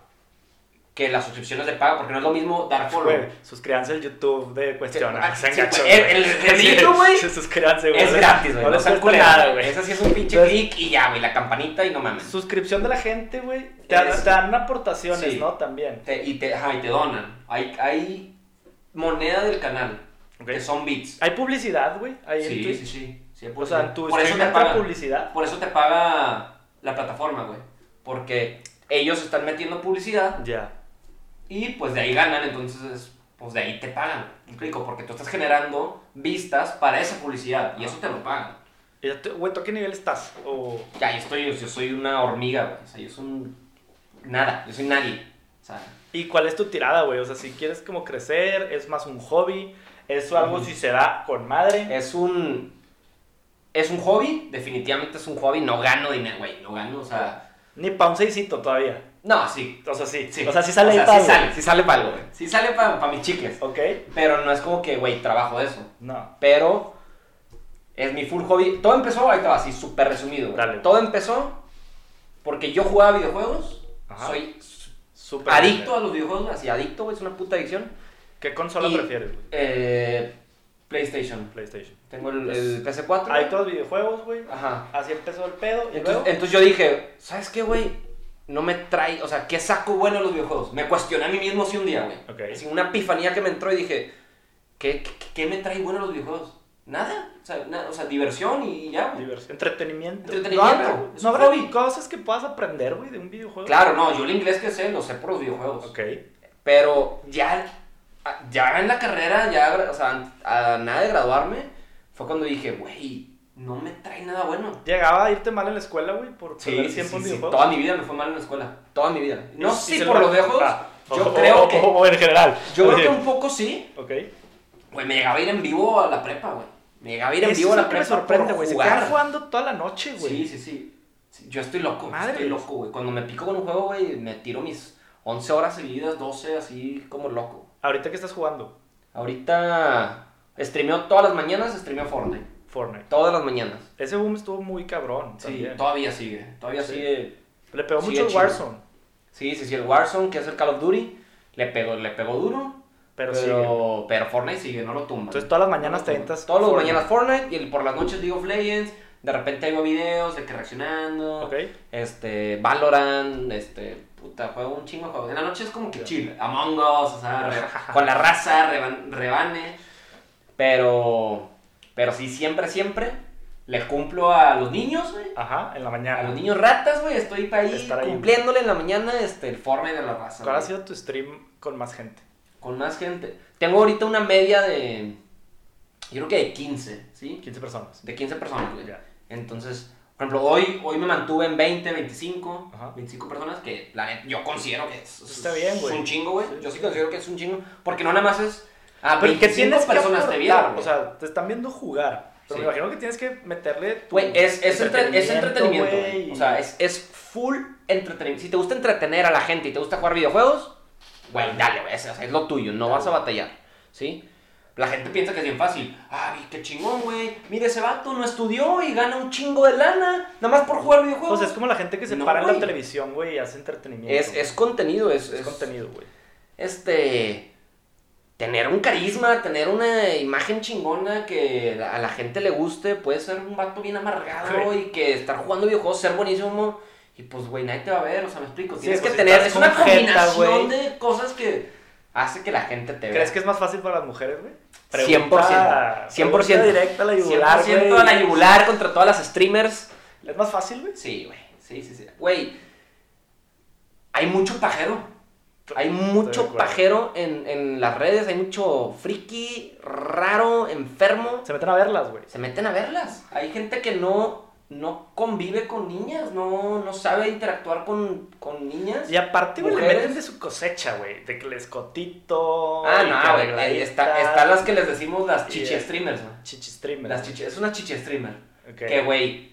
Speaker 3: que las suscripciones de pago, porque no es lo mismo dar follow.
Speaker 2: Güey, suscríbanse al YouTube de
Speaker 3: ah,
Speaker 2: Cuestiona.
Speaker 3: sí,
Speaker 2: pues, se enganchó,
Speaker 3: güey.
Speaker 2: güey.
Speaker 3: El- el
Speaker 2: Sí,
Speaker 3: relito, güey,
Speaker 2: sí, Suscríbanse, güey.
Speaker 3: Es gratis, güey.
Speaker 2: No
Speaker 3: No,
Speaker 2: les
Speaker 3: sean
Speaker 2: cuesta
Speaker 3: culeros,
Speaker 2: nada,
Speaker 3: güey.
Speaker 2: güey.
Speaker 3: Esa sí es un pinche
Speaker 2: Entonces-
Speaker 3: clic y ya, güey, la campanita y no mames.
Speaker 2: Suscripción de la gente, güey. Te, dan-
Speaker 3: Es-
Speaker 2: te dan aportaciones,
Speaker 3: Sí.
Speaker 2: ¿no? También.
Speaker 3: Te- y, te, ajá, y te donan. Hay, hay moneda del canal,
Speaker 2: Ok.
Speaker 3: que son bits.
Speaker 2: Hay publicidad, güey. Ahí en
Speaker 3: Sí,
Speaker 2: Twitch.
Speaker 3: sí, sí. sí
Speaker 2: O
Speaker 3: hay
Speaker 2: sea,
Speaker 3: publicidad.
Speaker 2: en tu
Speaker 3: Por eso
Speaker 2: stream
Speaker 3: te
Speaker 2: entra
Speaker 3: pagan.
Speaker 2: publicidad.
Speaker 3: Por eso te paga la plataforma, güey. Porque ellos están metiendo publicidad
Speaker 2: Ya.
Speaker 3: y pues de ahí ganan, entonces pues de ahí te pagan. ¿Me explico? Porque tú estás generando vistas para esa publicidad y eso te lo pagan.
Speaker 2: Y ya te- Güey, ¿tú a qué nivel estás? O...
Speaker 3: Ya, yo estoy, yo soy una hormiga, güey. O sea, yo soy un... nada, yo soy nadie. O sea,
Speaker 2: ¿Y cuál es tu tirada, güey? O sea, si quieres como crecer, es más un hobby. Eso algo
Speaker 3: Ujú. Eh.
Speaker 2: si se da con madre.
Speaker 3: es un... es un hobby, definitivamente es un hobby. No gano dinero, güey, no gano, o sea.
Speaker 2: Ni pa' un seisito todavía.
Speaker 3: No, sí.
Speaker 2: O sea, sí.
Speaker 3: sí.
Speaker 2: O sea, sí sale ahí
Speaker 3: sí
Speaker 2: para
Speaker 3: sale, sí sale para algo, güey. Sí sale para mis chicles.
Speaker 2: ¿Ok?
Speaker 3: Pero no es como que, güey, trabajo de eso.
Speaker 2: No.
Speaker 3: Pero es mi full hobby. Todo empezó, ahí te va, así súper resumido. güey.
Speaker 2: Dale.
Speaker 3: Todo empezó porque yo jugaba videojuegos.
Speaker 2: Ajá.
Speaker 3: Soy
Speaker 2: Súper
Speaker 3: adicto
Speaker 2: bien.
Speaker 3: a los videojuegos, así adicto, güey, es una puta adicción.
Speaker 2: ¿Qué consola
Speaker 3: Y,
Speaker 2: prefieres, güey?
Speaker 3: Eh, PlayStation.
Speaker 2: PlayStation.
Speaker 3: Tengo el, el PS4. güey.
Speaker 2: Adicto a los videojuegos, güey.
Speaker 3: Ajá.
Speaker 2: Así empezó el pedo. Y
Speaker 3: Entonces,
Speaker 2: luego,
Speaker 3: entonces yo dije, ¿sabes qué, güey? No me trae, o sea, ¿qué saco bueno de los videojuegos? Me cuestioné a mí mismo así un día, güey.
Speaker 2: Ok.
Speaker 3: Así una epifanía que me entró y dije, ¿qué, qué, qué me trae bueno los videojuegos? Nada. O sea, na- o sea, diversión y ya, güey.
Speaker 2: diversión, entretenimiento.
Speaker 3: Entretenimiento,
Speaker 2: No habrá,
Speaker 3: es
Speaker 2: no
Speaker 3: un
Speaker 2: habrá
Speaker 3: hobby.
Speaker 2: cosas que puedas aprender, güey, de un videojuego.
Speaker 3: Claro, no, yo el inglés que sé lo sé por los videojuegos.
Speaker 2: Ok.
Speaker 3: Pero ya, ya en la carrera, ya, o sea, a nada de graduarme, fue cuando dije, güey, no me trae nada bueno.
Speaker 2: Llegaba a irte mal en la escuela, güey, por
Speaker 3: Sí,
Speaker 2: perder
Speaker 3: sí,
Speaker 2: tiempo
Speaker 3: sí,
Speaker 2: en
Speaker 3: sí,
Speaker 2: videojuegos.
Speaker 3: toda mi vida me fue mal en la escuela. Toda mi vida. No
Speaker 2: Y- y
Speaker 3: sí
Speaker 2: se
Speaker 3: por
Speaker 2: lo-
Speaker 3: los videojuegos.
Speaker 2: Ah,
Speaker 3: yo
Speaker 2: o-
Speaker 3: creo
Speaker 2: o-
Speaker 3: que.
Speaker 2: o- o en general.
Speaker 3: Yo creo
Speaker 2: Oye,
Speaker 3: que un poco sí.
Speaker 2: Ok.
Speaker 3: Güey, me llegaba a ir en vivo a la prepa, güey. Me llegaba a ir en
Speaker 2: Eso
Speaker 3: vivo a
Speaker 2: es
Speaker 3: la
Speaker 2: lo que
Speaker 3: prepa.
Speaker 2: me sorprende,
Speaker 3: por
Speaker 2: güey. Se
Speaker 3: jugar.
Speaker 2: quedan jugando toda la noche, güey.
Speaker 3: Sí, sí, sí. Sí, Yo estoy loco.
Speaker 2: Madre.
Speaker 3: Estoy loco, güey. Cuando me pico con un juego, güey, me tiro mis 11 horas seguidas, 12, así como loco.
Speaker 2: Ahorita que estás jugando
Speaker 3: Ahorita. Streameo todas las mañanas, streameo Fortnite.
Speaker 2: Fortnite.
Speaker 3: Todas las mañanas.
Speaker 2: Ese boom estuvo muy cabrón.
Speaker 3: Sí,
Speaker 2: también.
Speaker 3: todavía sigue. Todavía
Speaker 2: Sí.
Speaker 3: sigue.
Speaker 2: Le pegó
Speaker 3: Sigue
Speaker 2: mucho el
Speaker 3: chido.
Speaker 2: Warzone.
Speaker 3: Sí, sí, sí. El Warzone, que es el Call of Duty, le pegó, le pegó duro.
Speaker 2: Pero,
Speaker 3: Pero,
Speaker 2: sí.
Speaker 3: pero, Fortnite sigue, no lo tumba.
Speaker 2: Entonces todas las mañanas te aventas.
Speaker 3: Todas las
Speaker 2: Fortnite.
Speaker 3: mañanas Fortnite y el- por las noches League of Legends. De repente hago videos de que reaccionando.
Speaker 2: Ok.
Speaker 3: Este, Valorant, este, puta, juego un chingo de juegos. En la noche es como que chill. Among Us, o sea, re- con la raza, reban- rebane. Pero, pero sí, siempre, siempre le cumplo a los niños, güey.
Speaker 2: Ajá, en la
Speaker 3: A los
Speaker 2: mañana.
Speaker 3: niños ratas, güey, estoy para ahí
Speaker 2: Estar ahí.
Speaker 3: cumpliéndole en la mañana este, el Fortnite de la raza.
Speaker 2: ¿Cuál ha
Speaker 3: güey.
Speaker 2: sido tu stream con más gente?
Speaker 3: Con más gente. Tengo ahorita una media de. Yo creo que de 15, ¿sí?
Speaker 2: 15 personas.
Speaker 3: De 15 personas, güey.
Speaker 2: Ya.
Speaker 3: Entonces, por ejemplo, hoy, hoy me mantuve en 20, 25,
Speaker 2: Ajá. Pues
Speaker 3: 25 personas que la neta yo considero que es,
Speaker 2: Está
Speaker 3: es-
Speaker 2: bien,
Speaker 3: es
Speaker 2: güey.
Speaker 3: un chingo, güey.
Speaker 2: Sí.
Speaker 3: Yo sí considero que es un chingo. Porque no nada más es. Ah,
Speaker 2: Pero ¿qué
Speaker 3: 25
Speaker 2: tienes que
Speaker 3: personas te vieron.
Speaker 2: aportar?
Speaker 3: güey.
Speaker 2: O sea, te están viendo jugar. Pero
Speaker 3: Sí.
Speaker 2: me imagino que tienes que meterle tu
Speaker 3: Güey, es, es, entre- es entretenimiento.
Speaker 2: güey,
Speaker 3: güey. O sea, es, es full entretenimiento. Si te gusta entretener a la gente y te gusta jugar videojuegos, güey, dale, güey. Es, o sea, es lo tuyo, no vas a batallar. ¿Sí? La gente piensa que es bien fácil. Ay, qué chingón, güey. Mire, ese vato no estudió y gana un chingo de lana. Nada más por jugar videojuegos.
Speaker 2: O sea, Pues es como la gente que se
Speaker 3: No,
Speaker 2: para en
Speaker 3: güey.
Speaker 2: la televisión, güey, y hace entretenimiento.
Speaker 3: es,
Speaker 2: güey.
Speaker 3: es contenido, es,
Speaker 2: Es
Speaker 3: es-
Speaker 2: contenido, güey.
Speaker 3: Este. Tener un carisma, tener una imagen chingona que a la gente le guste, puede ser un vato bien amargado
Speaker 2: Sí.
Speaker 3: y que estar jugando videojuegos, ser buenísimo. Y pues, güey, nadie te va a ver, o sea, me explico.
Speaker 2: Sí,
Speaker 3: Tienes
Speaker 2: pues,
Speaker 3: que
Speaker 2: si
Speaker 3: tener.
Speaker 2: estás
Speaker 3: Es una
Speaker 2: con jeta,
Speaker 3: combinación
Speaker 2: güey.
Speaker 3: de cosas que hace que la gente te vea.
Speaker 2: ¿Crees que es más fácil para las mujeres, güey?
Speaker 3: 100%.
Speaker 2: Pregunta-
Speaker 3: 100%.
Speaker 2: pregunta directa a la yugular,
Speaker 3: 100%
Speaker 2: güey.
Speaker 3: a la yugular contra todas las streamers.
Speaker 2: ¿Es más fácil, güey?
Speaker 3: Sí, güey. Sí, sí, sí. Güey, hay mucho pajero. Hay mucho
Speaker 2: acuerdo.
Speaker 3: pajero en, en las redes. Hay mucho friki, raro, enfermo.
Speaker 2: Se meten a verlas, güey.
Speaker 3: Se meten a verlas. Hay gente que no, no convive con niñas, no, no sabe interactuar con, con niñas.
Speaker 2: Y aparte, güey, le
Speaker 3: Mujeres.
Speaker 2: meten de su cosecha, güey. De que el escotito.
Speaker 3: ah,
Speaker 2: y que
Speaker 3: no, güey.
Speaker 2: arregladita,
Speaker 3: Están las que les decimos las
Speaker 2: Sí,
Speaker 3: chichi
Speaker 2: eh.
Speaker 3: streamers, güey.
Speaker 2: Chichi streamer.
Speaker 3: Las chichi- es una chichi streamer.
Speaker 2: Ok.
Speaker 3: Que, güey,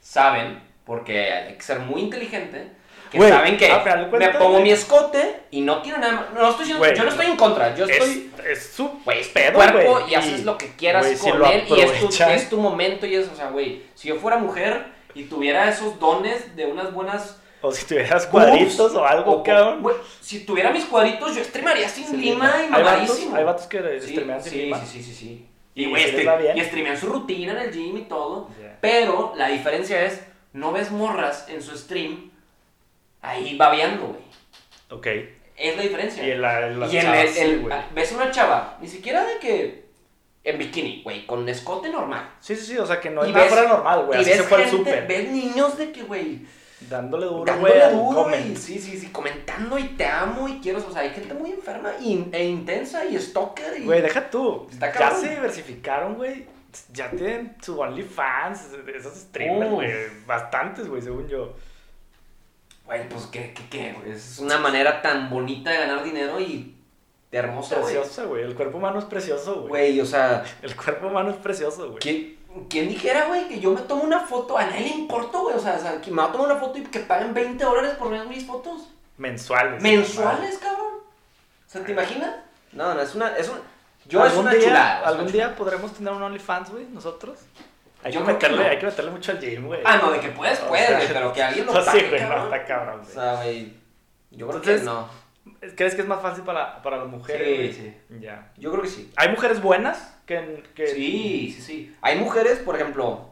Speaker 3: saben, porque hay que ser muy inteligente, que
Speaker 2: Güey,
Speaker 3: saben que
Speaker 2: a final de
Speaker 3: me
Speaker 2: cuentas,
Speaker 3: pongo
Speaker 2: güey.
Speaker 3: mi escote y no quiero nada más. No estoy diciendo-
Speaker 2: Güey,
Speaker 3: yo no estoy en contra, yo estoy.
Speaker 2: Es, es su
Speaker 3: Güey, es tu
Speaker 2: pedo,
Speaker 3: cuerpo
Speaker 2: güey,
Speaker 3: y haces lo que quieras
Speaker 2: güey, si
Speaker 3: con
Speaker 2: lo
Speaker 3: él y es tu,
Speaker 2: aprovechan.
Speaker 3: es tu momento y es, o sea, güey, si yo fuera mujer y tuviera esos dones de unas buenas
Speaker 2: O si tuvieras cuadritos
Speaker 3: curves,
Speaker 2: o algo,
Speaker 3: o-
Speaker 2: cabrón.
Speaker 3: güey, si tuviera mis cuadritos yo streamaría sin lima y
Speaker 2: hay vatos,
Speaker 3: mamadísimo.
Speaker 2: hay vatos que
Speaker 3: Sí,
Speaker 2: streamean sin
Speaker 3: sí,
Speaker 2: lima.
Speaker 3: sí, sí, sí, sí.
Speaker 2: Y
Speaker 3: Y, güey,
Speaker 2: les
Speaker 3: este-
Speaker 2: va bien.
Speaker 3: y streamean su rutina en el gym y todo.
Speaker 2: Ya.
Speaker 3: Pero la diferencia es, no ves morras en su stream ahí babeando, güey.
Speaker 2: Ok.
Speaker 3: Es la diferencia.
Speaker 2: Y en la, en las
Speaker 3: Y en
Speaker 2: chavas,
Speaker 3: el-
Speaker 2: sí,
Speaker 3: el-
Speaker 2: güey.
Speaker 3: ah, ves una chava, ni siquiera de que en bikini, güey, con escote normal.
Speaker 2: Sí, sí, sí, o sea que no es
Speaker 3: Y
Speaker 2: nada
Speaker 3: ves-
Speaker 2: fuera normal, güey.
Speaker 3: y
Speaker 2: Así
Speaker 3: ves
Speaker 2: se fue al
Speaker 3: gente,
Speaker 2: súper.
Speaker 3: ves niños de que, güey,
Speaker 2: Dándole duro, güey.
Speaker 3: dándole
Speaker 2: al
Speaker 3: duro,
Speaker 2: comment.
Speaker 3: güey, sí, sí, sí, comentando y te amo y quiero, o sea, hay gente muy enferma y- e intensa y stalker y...
Speaker 2: Güey, deja tú. ya
Speaker 3: Está cabrón.
Speaker 2: se diversificaron, güey. Ya tienen su OnlyFans, esos streamers,
Speaker 3: Uf.
Speaker 2: güey. Bastantes, güey, según yo.
Speaker 3: Güey, pues qué, qué, qué, güey? Es una manera tan bonita de ganar dinero y de hermosa, güey.
Speaker 2: Preciosa, güey. El cuerpo humano es precioso, güey.
Speaker 3: Güey, o sea,
Speaker 2: El cuerpo humano es precioso, güey.
Speaker 3: ¿qué? ¿Quién dijera, güey, que yo me tomo una foto? A nadie le importa, güey. O sea, o sea, que me va a tomar una foto y que paguen 20 dólares por ver mis fotos.
Speaker 2: Mensuales.
Speaker 3: ¿Mensuales, cabrón? O sea, ¿te imaginas? No, no, es una. Es un, yo es
Speaker 2: ¿Algún
Speaker 3: una
Speaker 2: día,
Speaker 3: chulada. es una
Speaker 2: ¿Algún
Speaker 3: chulada.
Speaker 2: día podremos tener un OnlyFans, güey, nosotros? Hay que,
Speaker 3: Yo creo que
Speaker 2: meterle,
Speaker 3: no.
Speaker 2: hay que meterle mucho al gym, güey.
Speaker 3: Ah, no, de que puedes,
Speaker 2: O
Speaker 3: puedes,
Speaker 2: sea,
Speaker 3: güey, pero que alguien lo
Speaker 2: No, sí,
Speaker 3: pague,
Speaker 2: güey, no,
Speaker 3: cabrón.
Speaker 2: está cabrón,
Speaker 3: O
Speaker 2: güey.
Speaker 3: sea, güey. Yo creo
Speaker 2: Entonces-
Speaker 3: que no.
Speaker 2: ¿Crees que es más fácil para, para las mujeres?
Speaker 3: Sí,
Speaker 2: güey?
Speaker 3: sí.
Speaker 2: Ya.
Speaker 3: Yo creo que sí.
Speaker 2: ¿Hay mujeres buenas? Que, que...
Speaker 3: Sí, sí, sí. Hay mujeres, por ejemplo,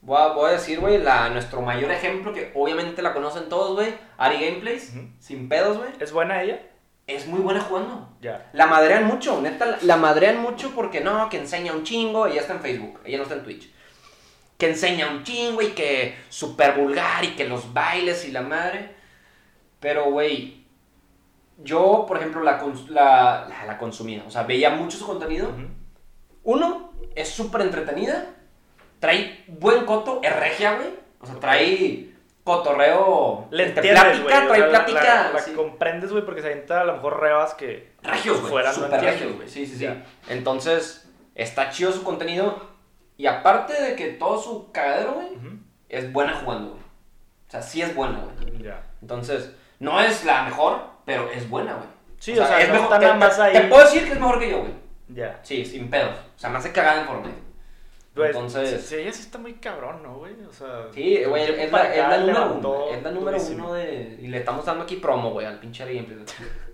Speaker 3: voy a, voy a decir, güey, la- nuestro mayor ejemplo, que obviamente la conocen todos, güey, Ari Gameplays,
Speaker 2: Ujú.
Speaker 3: sin pedos, güey,
Speaker 2: ¿Es buena ella?
Speaker 3: es muy buena jugando.
Speaker 2: Ya.
Speaker 3: La madrean mucho, neta, la- la madrean mucho porque no, que enseña un chingo, ella está en Facebook, ella no está en Twitch. Que enseña un chingo y que super vulgar y que los bailes y la madre. Pero, güey, yo, por ejemplo, la, cons- la, la- la consumía, o sea, veía mucho su contenido.
Speaker 2: Ujú.
Speaker 3: Uno, es súper entretenida. Trae buen coto, es regia, güey. O sea, trae cotorreo.
Speaker 2: Le
Speaker 3: entre
Speaker 2: entiendes, güey.
Speaker 3: plática,
Speaker 2: o
Speaker 3: trae
Speaker 2: sea, la-
Speaker 3: plática.
Speaker 2: La, la
Speaker 3: sí.
Speaker 2: comprendes, güey, porque se avienta a lo mejor rebas que...
Speaker 3: Regios, güey.
Speaker 2: Fuera, no
Speaker 3: Súper
Speaker 2: entiendo.
Speaker 3: regios, güey. Sí, sí, sí.
Speaker 2: Ya.
Speaker 3: Entonces, está chido su contenido. Y aparte de que todo su cagadero, güey,
Speaker 2: Ujú.
Speaker 3: es buena jugando, güey. O sea, sí es buena, güey.
Speaker 2: Ya.
Speaker 3: Entonces, no es la mejor, pero es buena, güey.
Speaker 2: Sí, o sea, no está
Speaker 3: te-
Speaker 2: nada más
Speaker 3: te-
Speaker 2: ahí.
Speaker 3: Te puedo decir que es mejor que yo, güey.
Speaker 2: Ya.
Speaker 3: Sí, sin pedos. O sea, me hace cagada en forma.
Speaker 2: Pues,
Speaker 3: Entonces-
Speaker 2: Sí, ella sí está muy cabrón, ¿no, güey? O sea...
Speaker 3: Sí, güey,
Speaker 2: llegó
Speaker 3: es
Speaker 2: para
Speaker 3: la, es la
Speaker 2: acá,
Speaker 3: número
Speaker 2: levantó
Speaker 3: uno. Es la número
Speaker 2: durísimo.
Speaker 3: uno de. Y le estamos dando aquí promo, güey, al pinche gameplay.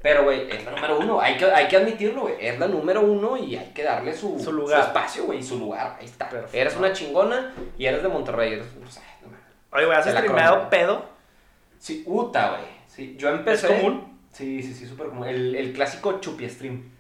Speaker 3: Pero, güey, es la número uno. Hay que, hay que admitirlo, güey. Es la número uno y hay que darle su,
Speaker 2: Su lugar.
Speaker 3: espacio, güey, y su lugar. Ahí está.
Speaker 2: Perfecto.
Speaker 3: Eres una chingona y eres de Monterrey. Eres, o sea, no mames.
Speaker 2: Oye, güey, ¿has
Speaker 3: Te la
Speaker 2: streameado
Speaker 3: compro.
Speaker 2: pedo?
Speaker 3: sí, Uta, güey. Sí, yo empecé.
Speaker 2: ¿Es común?
Speaker 3: Sí, sí, sí, súper común. El, el clásico chupi stream.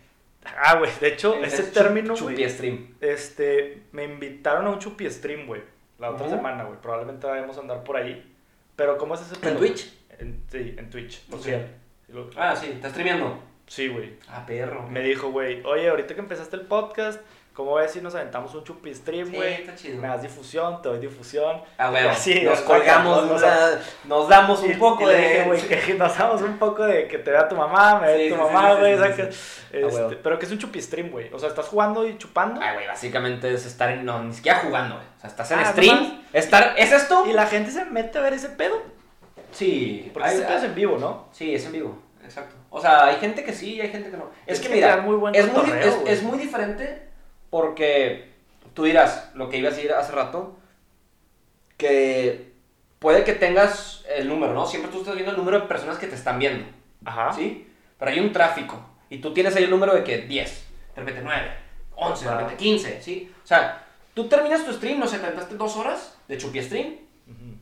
Speaker 2: Ah, güey, de hecho, ese
Speaker 3: chup-
Speaker 2: término, güey,
Speaker 3: Chupi stream.
Speaker 2: Este, me invitaron a un chupi stream, güey. La otra
Speaker 3: Ujú.
Speaker 2: semana, güey. Probablemente vayamos a andar por ahí. Pero, ¿cómo es ese pedo,
Speaker 3: ¿En
Speaker 2: güey?
Speaker 3: Twitch?
Speaker 2: En- sí, en Twitch.
Speaker 3: Ok.
Speaker 2: social. Y lo-
Speaker 3: Ah, sí, está streameando.
Speaker 2: Sí, güey.
Speaker 3: Ah, perro.
Speaker 2: Me dijo, güey, oye, ahorita que empezaste el podcast, ¿cómo ves si nos aventamos un chupi stream,
Speaker 3: Sí,
Speaker 2: güey?
Speaker 3: está chido.
Speaker 2: Me das difusión, te doy difusión.
Speaker 3: Ah, güey,
Speaker 2: Sí, o
Speaker 3: nos
Speaker 2: sea,
Speaker 3: colgamos,
Speaker 2: nos-
Speaker 3: o sea, nos damos un
Speaker 2: Y-
Speaker 3: poco
Speaker 2: y
Speaker 3: de...
Speaker 2: le dije, güey, que nos damos un poco de que te vea tu mamá, me
Speaker 3: Sí,
Speaker 2: ve
Speaker 3: sí,
Speaker 2: tu
Speaker 3: sí,
Speaker 2: mamá,
Speaker 3: sí,
Speaker 2: güey.
Speaker 3: sí,
Speaker 2: saca-
Speaker 3: Ah,
Speaker 2: este,
Speaker 3: güey.
Speaker 2: pero que es un chupi stream, güey. O sea, estás jugando y chupando.
Speaker 3: Ah, güey, básicamente es estar en... No, ni siquiera jugando, güey. O sea, estás en
Speaker 2: Ah,
Speaker 3: stream.
Speaker 2: nomás.
Speaker 3: Estar... ¿Es esto?
Speaker 2: Y la gente se mete a ver ese pedo.
Speaker 3: Sí.
Speaker 2: Porque
Speaker 3: hay-
Speaker 2: ese pedo es
Speaker 3: hay-
Speaker 2: en vivo, ¿no?
Speaker 3: Sí, es en vivo. Exacto. O sea, hay gente que sí y hay gente que no. Es,
Speaker 2: Es
Speaker 3: que,
Speaker 2: que te
Speaker 3: mira,
Speaker 2: da muy buen
Speaker 3: es, muy, di-
Speaker 2: cotorreo,
Speaker 3: es-
Speaker 2: güey.
Speaker 3: es muy diferente porque tú dirás lo que iba a decir hace rato, que puede que tengas el número, ¿no? Siempre tú estás viendo el número de personas que te están viendo.
Speaker 2: Ajá.
Speaker 3: ¿sí? Pero hay un tráfico. Y tú tienes ahí el número de que 10, de repente 9, 11, de
Speaker 2: Claro.
Speaker 3: repente 15, ¿sí? O sea, tú terminas tu stream, no sé, te aventaste dos horas de chupi stream.
Speaker 2: Ujú.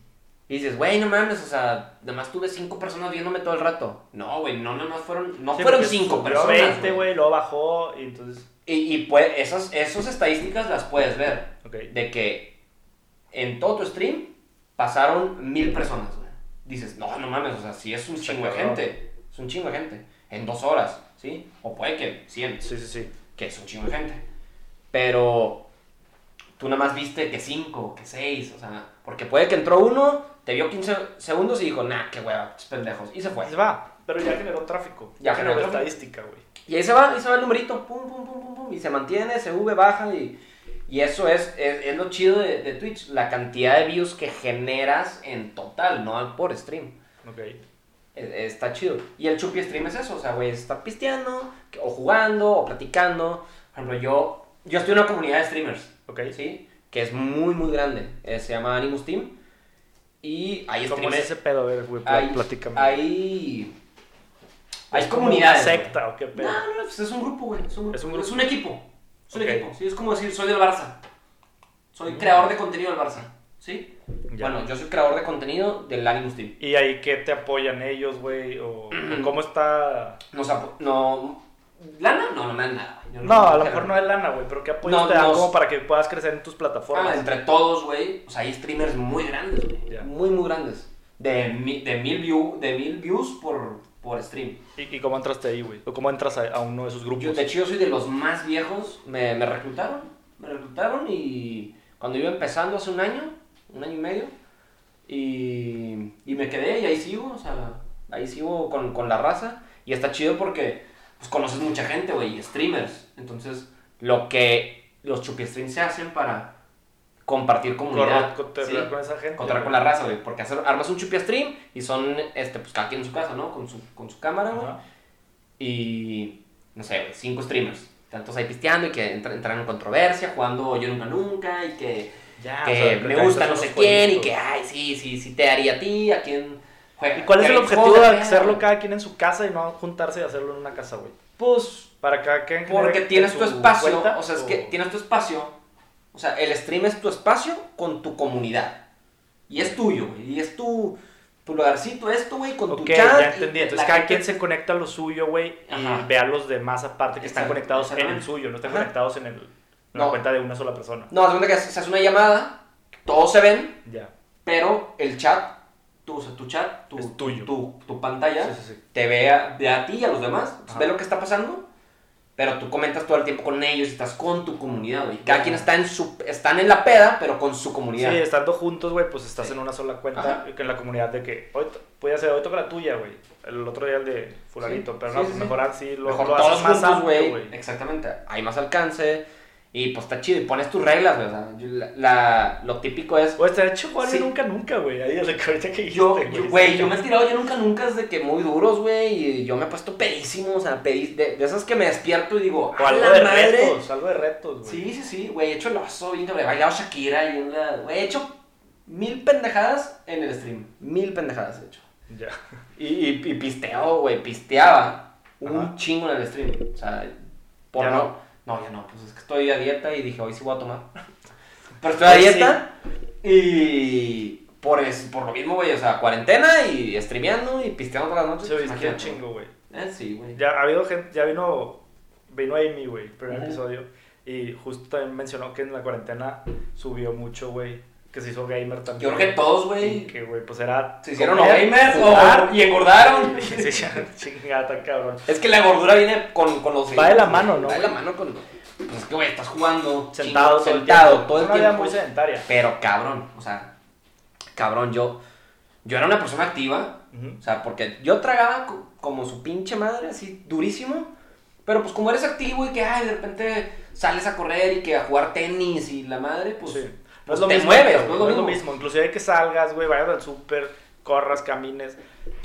Speaker 3: Y dices, güey, no mames, o sea, nada más tuve cinco personas viéndome todo el rato. No, güey, no, nada más fueron, no
Speaker 2: Sí,
Speaker 3: fueron
Speaker 2: porque
Speaker 3: cinco
Speaker 2: subió
Speaker 3: personas.
Speaker 2: 20,
Speaker 3: güey.
Speaker 2: güey, luego bajó y entonces.
Speaker 3: Y, y pues, esas, esas estadísticas las puedes ver.
Speaker 2: Ok.
Speaker 3: De que en todo tu stream pasaron mil personas, güey. Dices, no, no mames, o sea, sí es un
Speaker 2: Está
Speaker 3: chingo de
Speaker 2: cabrón.
Speaker 3: gente. Es un chingo de gente. En dos horas, ¿sí? O puede que 100,
Speaker 2: Sí, sí, sí.
Speaker 3: que es un chingo de gente. Pero tú nada más viste que cinco, que seis, o sea, porque puede que entró uno, te vio 15 segundos y dijo, nah, qué hueva, estos pendejos, y se fue.
Speaker 2: Ahí se Pues va. Pero ya generó tráfico.
Speaker 3: Ya
Speaker 2: Ya generó
Speaker 3: generó tráfico.
Speaker 2: estadística, güey.
Speaker 3: Y ahí se va, ahí se va el numerito, pum, pum, pum, pum, pum, y se mantiene, se sube, baja, y, y eso es, es, es lo chido de, de Twitch, la cantidad de views que generas en total, no por stream.
Speaker 2: Ok.
Speaker 3: Es- Está chido. Y el chupi stream es eso, o sea, güey, está pisteando, que- o jugando, o platicando. Por ejemplo, yo, yo estoy en una comunidad de streamers,
Speaker 2: Ok.
Speaker 3: ¿sí? Que es muy, muy grande. eh, se llama Animus Team. Y hay
Speaker 2: ¿Cómo es
Speaker 3: streamers-
Speaker 2: ese pedo? A ver, güey,
Speaker 3: Hay,
Speaker 2: platícame.
Speaker 3: hay, hay
Speaker 2: Es como
Speaker 3: comunidades.
Speaker 2: una secta o qué
Speaker 3: güey.
Speaker 2: pedo.
Speaker 3: No, no, pues es un grupo, güey. Es un, grupo.
Speaker 2: Es un grupo.
Speaker 3: Es un equipo. Es un
Speaker 2: Ok.
Speaker 3: equipo. Sí, es como decir, soy del Barça. Soy creador de contenido del Barça. ¿Sí?
Speaker 2: Ya.
Speaker 3: Bueno, yo soy creador de contenido del Animus Team.
Speaker 2: ¿Y ahí qué te apoyan ellos, güey? ¿O cómo está.?
Speaker 3: Nos apo- no. ¿Lana? No, no me dan nada. güey. Yo
Speaker 2: No, a lo
Speaker 3: creo.
Speaker 2: mejor no es lana, güey, pero ¿qué apoyo
Speaker 3: No,
Speaker 2: te dan
Speaker 3: nos-
Speaker 2: como para que puedas crecer en tus
Speaker 3: Ah,
Speaker 2: plataformas?
Speaker 3: entre todos, güey. O sea, hay streamers muy grandes, güey.
Speaker 2: Ya.
Speaker 3: Muy, muy grandes. De, mi- de, mil, view, de mil views por, por stream.
Speaker 2: ¿Y, y cómo entraste ahí, güey? ¿O cómo entras a, a uno de esos grupos?
Speaker 3: Yo, de hecho, yo soy de los más viejos. Me, me reclutaron. Me reclutaron y cuando iba empezando hace un año, un año y medio, y, y me quedé y ahí sigo, o sea, ahí sigo con, con la raza. Y está chido porque pues, conoces mucha gente, güey, y streamers. Entonces, lo que los chupi streams se hacen para compartir comunidad.
Speaker 2: Correcto, te-
Speaker 3: ¿sí?
Speaker 2: con esa gente.
Speaker 3: Encontrar con la raza, güey. Porque hacer, armas un chupia stream y son, este, pues cada quien en su casa, ¿no? Con su, con su cámara, güey.
Speaker 2: Ajá.
Speaker 3: Y, no sé, güey, cinco streamers. Tantos ahí pisteando y que entra- entran en controversia, jugando yo nunca nunca y que,
Speaker 2: Ya,
Speaker 3: que
Speaker 2: Ah, o sea,
Speaker 3: me
Speaker 2: que
Speaker 3: gusta
Speaker 2: esos
Speaker 3: no
Speaker 2: son
Speaker 3: sé
Speaker 2: los
Speaker 3: quién y
Speaker 2: jueguitos.
Speaker 3: que, ah, ay, sí, sí, sí te haría a ti, a quién juega.
Speaker 2: ¿Y cuál es el
Speaker 3: Xbox,
Speaker 2: objetivo de
Speaker 3: güey?
Speaker 2: hacerlo cada quien en su casa y no juntarse y hacerlo en una casa, güey?
Speaker 3: Pues,
Speaker 2: Para cada quien. genere
Speaker 3: Porque
Speaker 2: en
Speaker 3: tienes
Speaker 2: su
Speaker 3: tu espacio,
Speaker 2: cuenta,
Speaker 3: o sea, es
Speaker 2: o-
Speaker 3: que tienes tu espacio, o sea, el stream es tu espacio con tu comunidad. Y es tuyo, güey, y es tu, tu lugarcito, esto, güey, con
Speaker 2: Ok,
Speaker 3: tu chat.
Speaker 2: ya
Speaker 3: y
Speaker 2: entendí.
Speaker 3: la
Speaker 2: Entonces cada
Speaker 3: gente-
Speaker 2: quien se conecta a lo suyo, güey,
Speaker 3: Ajá.
Speaker 2: y ve a los demás aparte que están
Speaker 3: Exacto,
Speaker 2: conectados en
Speaker 3: exactamente.
Speaker 2: el suyo, no están
Speaker 3: Ajá.
Speaker 2: conectados en, el, en la
Speaker 3: No.
Speaker 2: cuenta de una sola persona.
Speaker 3: No, haz de cuenta que se se hace una llamada, todos se ven,
Speaker 2: Ya.
Speaker 3: pero el chat, tu, o sea, tu chat, tu,
Speaker 2: Es tuyo.
Speaker 3: tu, tu pantalla,
Speaker 2: Sí, sí, sí.
Speaker 3: te ve a, ve a ti y a los demás, entonces
Speaker 2: Ajá.
Speaker 3: ve lo que está pasando, pero tú comentas todo el tiempo con ellos, estás con tu comunidad, güey. Cada quien está en su, están en la peda, pero con su
Speaker 2: Sí,
Speaker 3: comunidad.
Speaker 2: estando juntos, güey, pues estás
Speaker 3: Sí.
Speaker 2: en una sola cuenta
Speaker 3: Ajá.
Speaker 2: que en la comunidad de que hoy t- voy a hacer hoy toca la tuya, güey. El otro día el de fulanito,
Speaker 3: Sí,
Speaker 2: pero
Speaker 3: sí,
Speaker 2: no,
Speaker 3: sí,
Speaker 2: pues
Speaker 3: sí.
Speaker 2: mejor así lo,
Speaker 3: mejor
Speaker 2: lo
Speaker 3: todos
Speaker 2: haces más
Speaker 3: juntos,
Speaker 2: amplio,
Speaker 3: güey.
Speaker 2: güey.
Speaker 3: Exactamente. Hay más alcance. Y pues está chido. Y pones tus reglas, güey. o sea, yo- la, la- lo típico es.
Speaker 2: O está hecho jugar
Speaker 3: Sí.
Speaker 2: nunca nunca, güey. este, Ahí es la que ahorita que
Speaker 3: Yo,
Speaker 2: dijiste,
Speaker 3: yo- güey, yo me he tirado yo nunca, nunca es de que muy duros, güey. Y yo me he puesto pedísimo. O sea, pedí, de, de esas que me despierto y digo,
Speaker 2: O
Speaker 3: ¡a
Speaker 2: algo
Speaker 3: la
Speaker 2: de
Speaker 3: madre!
Speaker 2: retos, algo de retos, güey.
Speaker 3: Sí, sí, sí, güey. He hecho el oso, bien cabrón. He bailado Shakira y una. Güey, he hecho mil pendejadas en el stream. Mil pendejadas he hecho.
Speaker 2: Ya.
Speaker 3: Y, y, y pisteo, güey, pisteaba un
Speaker 2: Ajá.
Speaker 3: chingo en el stream. O sea, por
Speaker 2: ¿Ya
Speaker 3: no. No, ya no, pues es que estoy a dieta y dije, hoy sí voy a tomar. Pero estoy a dieta y por, es, por lo mismo, güey, o sea, cuarentena y streameando y pisteando todas las noches.
Speaker 2: Se
Speaker 3: pues,
Speaker 2: viste un
Speaker 3: imagínate,
Speaker 2: chingo, güey.
Speaker 3: güey. Eh, sí, güey.
Speaker 2: Ya ha habido gente, ya vino, vino Amy, güey, primer
Speaker 3: Ujú.
Speaker 2: episodio. Y justo también mencionó que en la cuarentena subió mucho, güey. Que se hizo gamer también.
Speaker 3: Yo creo que todos, güey,
Speaker 2: Y que, güey, pues era.
Speaker 3: se hicieron los
Speaker 2: comer,
Speaker 3: gamers
Speaker 2: jugar,
Speaker 3: o, y engordaron.
Speaker 2: Sí, sí, chingada, tan cabrón.
Speaker 3: Es que la gordura viene con, con los...
Speaker 2: Va de la
Speaker 3: ritmos,
Speaker 2: mano,
Speaker 3: güey,
Speaker 2: ¿no,
Speaker 3: Va de la
Speaker 2: güey?
Speaker 3: mano con... Pues es que, güey, estás jugando... chingo,
Speaker 2: Sentado, todo el
Speaker 3: sentado
Speaker 2: tiempo.
Speaker 3: todo el
Speaker 2: Una
Speaker 3: tiempo.
Speaker 2: vida muy sedentaria.
Speaker 3: Pero cabrón, o sea, cabrón, yo, yo era una persona activa,
Speaker 2: Ujú.
Speaker 3: o sea, porque yo tragaba co- como su pinche madre, así durísimo, pero pues como eres activo y que, ay, de repente sales a correr y que a jugar tenis y la madre, pues,
Speaker 2: Sí.
Speaker 3: pues te mueves,
Speaker 2: güey,
Speaker 3: no es lo mismo.
Speaker 2: Inclusive que salgas, güey, vayas al súper, corras, camines.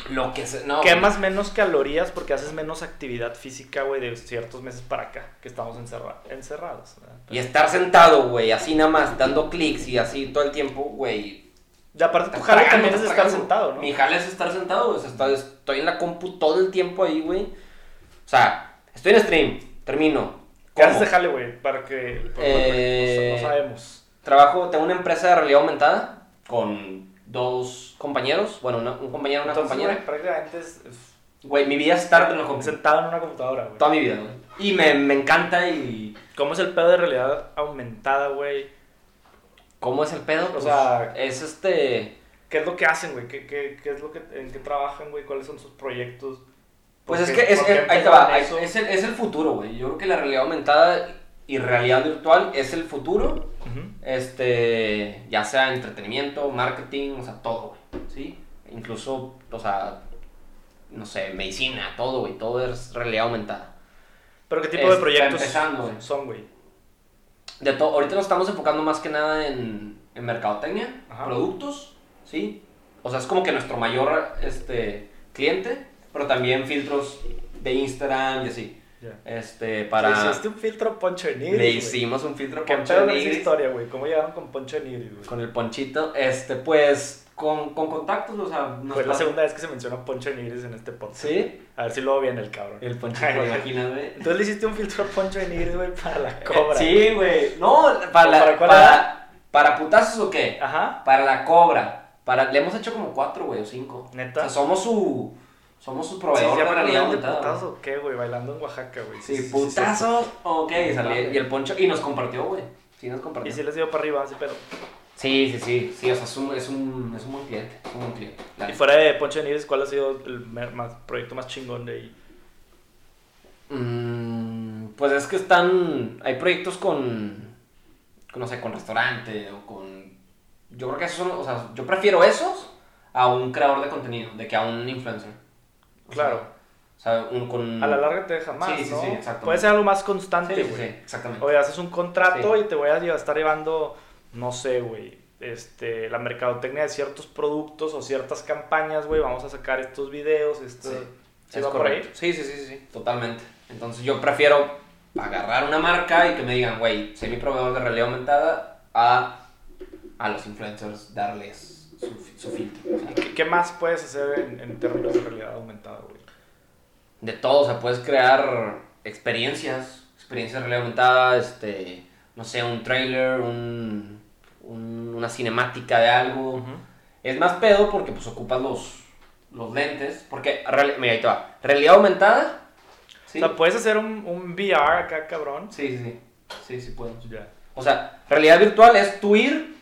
Speaker 3: lo que se, no,
Speaker 2: Quemas menos calorías porque haces menos actividad física, güey, de ciertos meses para acá, que estamos encerra- encerrados. ¿verdad?
Speaker 3: y estar sentado, güey, así nada más, dando clics y así todo el tiempo, güey,
Speaker 2: Y aparte tu
Speaker 3: Estás
Speaker 2: jale
Speaker 3: tragando,
Speaker 2: también es
Speaker 3: estás
Speaker 2: estar
Speaker 3: tragando.
Speaker 2: sentado, ¿no?
Speaker 3: Mi jale es estar sentado, o sea, está- estoy en la compu todo el tiempo ahí, güey. O sea, estoy en stream, termino.
Speaker 2: ¿Qué
Speaker 3: como,
Speaker 2: haces de jale, güey? Para que... por- por-
Speaker 3: Eh,
Speaker 2: No sabemos.
Speaker 3: Trabajo, tengo una empresa de realidad aumentada con dos compañeros, bueno, una- un compañero y una
Speaker 2: Entonces,
Speaker 3: compañera.
Speaker 2: güey, prácticamente es, es
Speaker 3: Güey, mi vida es estar en la compu,
Speaker 2: sentado en una computadora, güey.
Speaker 3: toda mi vida, güey. Y me, me encanta y...
Speaker 2: ¿Cómo es el pedo de realidad aumentada, güey?
Speaker 3: ¿Cómo es el pedo? pues,
Speaker 2: O sea-
Speaker 3: es este...
Speaker 2: ¿Qué es lo que hacen, güey? ¿Qué, qué, qué es lo que, ¿En qué trabajan, güey? ¿Cuáles son sus proyectos? ¿Por
Speaker 3: Pues es
Speaker 2: qué-
Speaker 3: que es,
Speaker 2: por qué
Speaker 3: es- ahí te
Speaker 2: empezaron
Speaker 3: va, ahí-
Speaker 2: eso?
Speaker 3: es, el, es el futuro, güey. Yo creo que la realidad aumentada y realidad virtual es el futuro.
Speaker 2: Ujú.
Speaker 3: este, ya sea entretenimiento, marketing, o sea, todo, güey, ¿sí? Incluso, o sea, no sé, medicina, todo, güey, todo es realidad aumentada.
Speaker 2: ¿Pero qué tipo
Speaker 3: Es-
Speaker 2: de proyectos
Speaker 3: está empezando, güey.
Speaker 2: son, güey?
Speaker 3: De todo, ahorita nos estamos enfocando más que nada en, en mercadotecnia,
Speaker 2: Ajá.
Speaker 3: productos, ¿sí? O sea, es como que nuestro mayor, este, cliente, pero también filtros de Instagram y así,
Speaker 2: Ya.
Speaker 3: este, para...
Speaker 2: Le hiciste un filtro Poncho de Nigris,
Speaker 3: Le
Speaker 2: güey.
Speaker 3: hicimos un filtro
Speaker 2: ¿Qué
Speaker 3: Poncho
Speaker 2: pedo
Speaker 3: de
Speaker 2: con esa
Speaker 3: Nigris.
Speaker 2: historia, güey? ¿Cómo llegaron con Poncho de Nigris, güey?
Speaker 3: con el ponchito, este, pues, con, con contactos, o sea... nos
Speaker 2: Fue Pues la
Speaker 3: pas-
Speaker 2: segunda vez que se menciona Poncho de Nigris en este podcast.
Speaker 3: Sí,
Speaker 2: A ver si luego viene el cabrón.
Speaker 3: El ponchito, imagínate.
Speaker 2: Entonces le hiciste un filtro a Poncho de Nigris, güey, para la cobra.
Speaker 3: Eh, Sí, güey. No, para, la-
Speaker 2: ¿Para cuál
Speaker 3: para, para putazos o qué?
Speaker 2: Ajá.
Speaker 3: Para la cobra. Para, le hemos hecho como cuatro, güey, o cinco.
Speaker 2: ¿Neta?
Speaker 3: O sea, somos su, somos su
Speaker 2: Sí,
Speaker 3: proveedor
Speaker 2: se
Speaker 3: de
Speaker 2: llama
Speaker 3: realidad
Speaker 2: Conan de
Speaker 3: aumentada, güey.
Speaker 2: putazo o qué, güey? Bailando en Oaxaca, güey.
Speaker 3: Sí, putazos o qué. Y, salí-
Speaker 2: Madre.
Speaker 3: y el poncho, y nos compartió, güey. Sí, nos
Speaker 2: Y
Speaker 3: compartió.
Speaker 2: si les dio para arriba, así, pero.
Speaker 3: Sí, sí, sí, sí, o sea, es un, es un, es un buen cliente, es un buen cliente. la
Speaker 2: Y
Speaker 3: neta.
Speaker 2: fuera de Poncho de Nigris, ¿cuál ha sido el mer- más, proyecto más chingón de ahí?
Speaker 3: Mm, pues es que están. Hay proyectos con. con, No sé, con restaurante o con. Yo creo que esos son. O sea, yo prefiero esos a un creador de contenido, de que a un influencer. O sea,
Speaker 2: Claro.
Speaker 3: O sea, un con.
Speaker 2: A la larga te deja más,
Speaker 3: Mm. Sí, sí,
Speaker 2: ¿no?
Speaker 3: sí, exactamente.
Speaker 2: Puede ser algo más
Speaker 3: Sí,
Speaker 2: constante,
Speaker 3: sí, sí,
Speaker 2: güey.
Speaker 3: exactamente.
Speaker 2: Oye, haces un contrato
Speaker 3: Sí.
Speaker 2: y te voy a llevar- estar llevando no sé, güey, este, la mercadotecnia de ciertos productos o ciertas campañas, güey, vamos a sacar estos videos, esto...
Speaker 3: Sí,
Speaker 2: ¿Sí
Speaker 3: es
Speaker 2: va por ahí?
Speaker 3: correcto. Sí, sí, sí, sí, sí, totalmente. Entonces yo prefiero agarrar una marca y que me digan, güey, soy mi proveedor de realidad aumentada, a, a los influencers darles su, fi- su filtro. O sea,
Speaker 2: ¿Qué, qué más puedes hacer en, en términos de realidad aumentada, güey?
Speaker 3: de todo, o sea, puedes crear experiencias, experiencias de realidad aumentada, este, no sé, un trailer, un, un- una cinemática de algo. Es más pedo porque pues ocupas los, los lentes, porque, real- mira, ahí te va, realidad aumentada.
Speaker 2: O sea, puedes hacer un, un VR acá, cabrón.
Speaker 3: Sí, sí, sí. Sí, sí podemos.
Speaker 2: Ya.
Speaker 3: O sea, realidad virtual es tú ir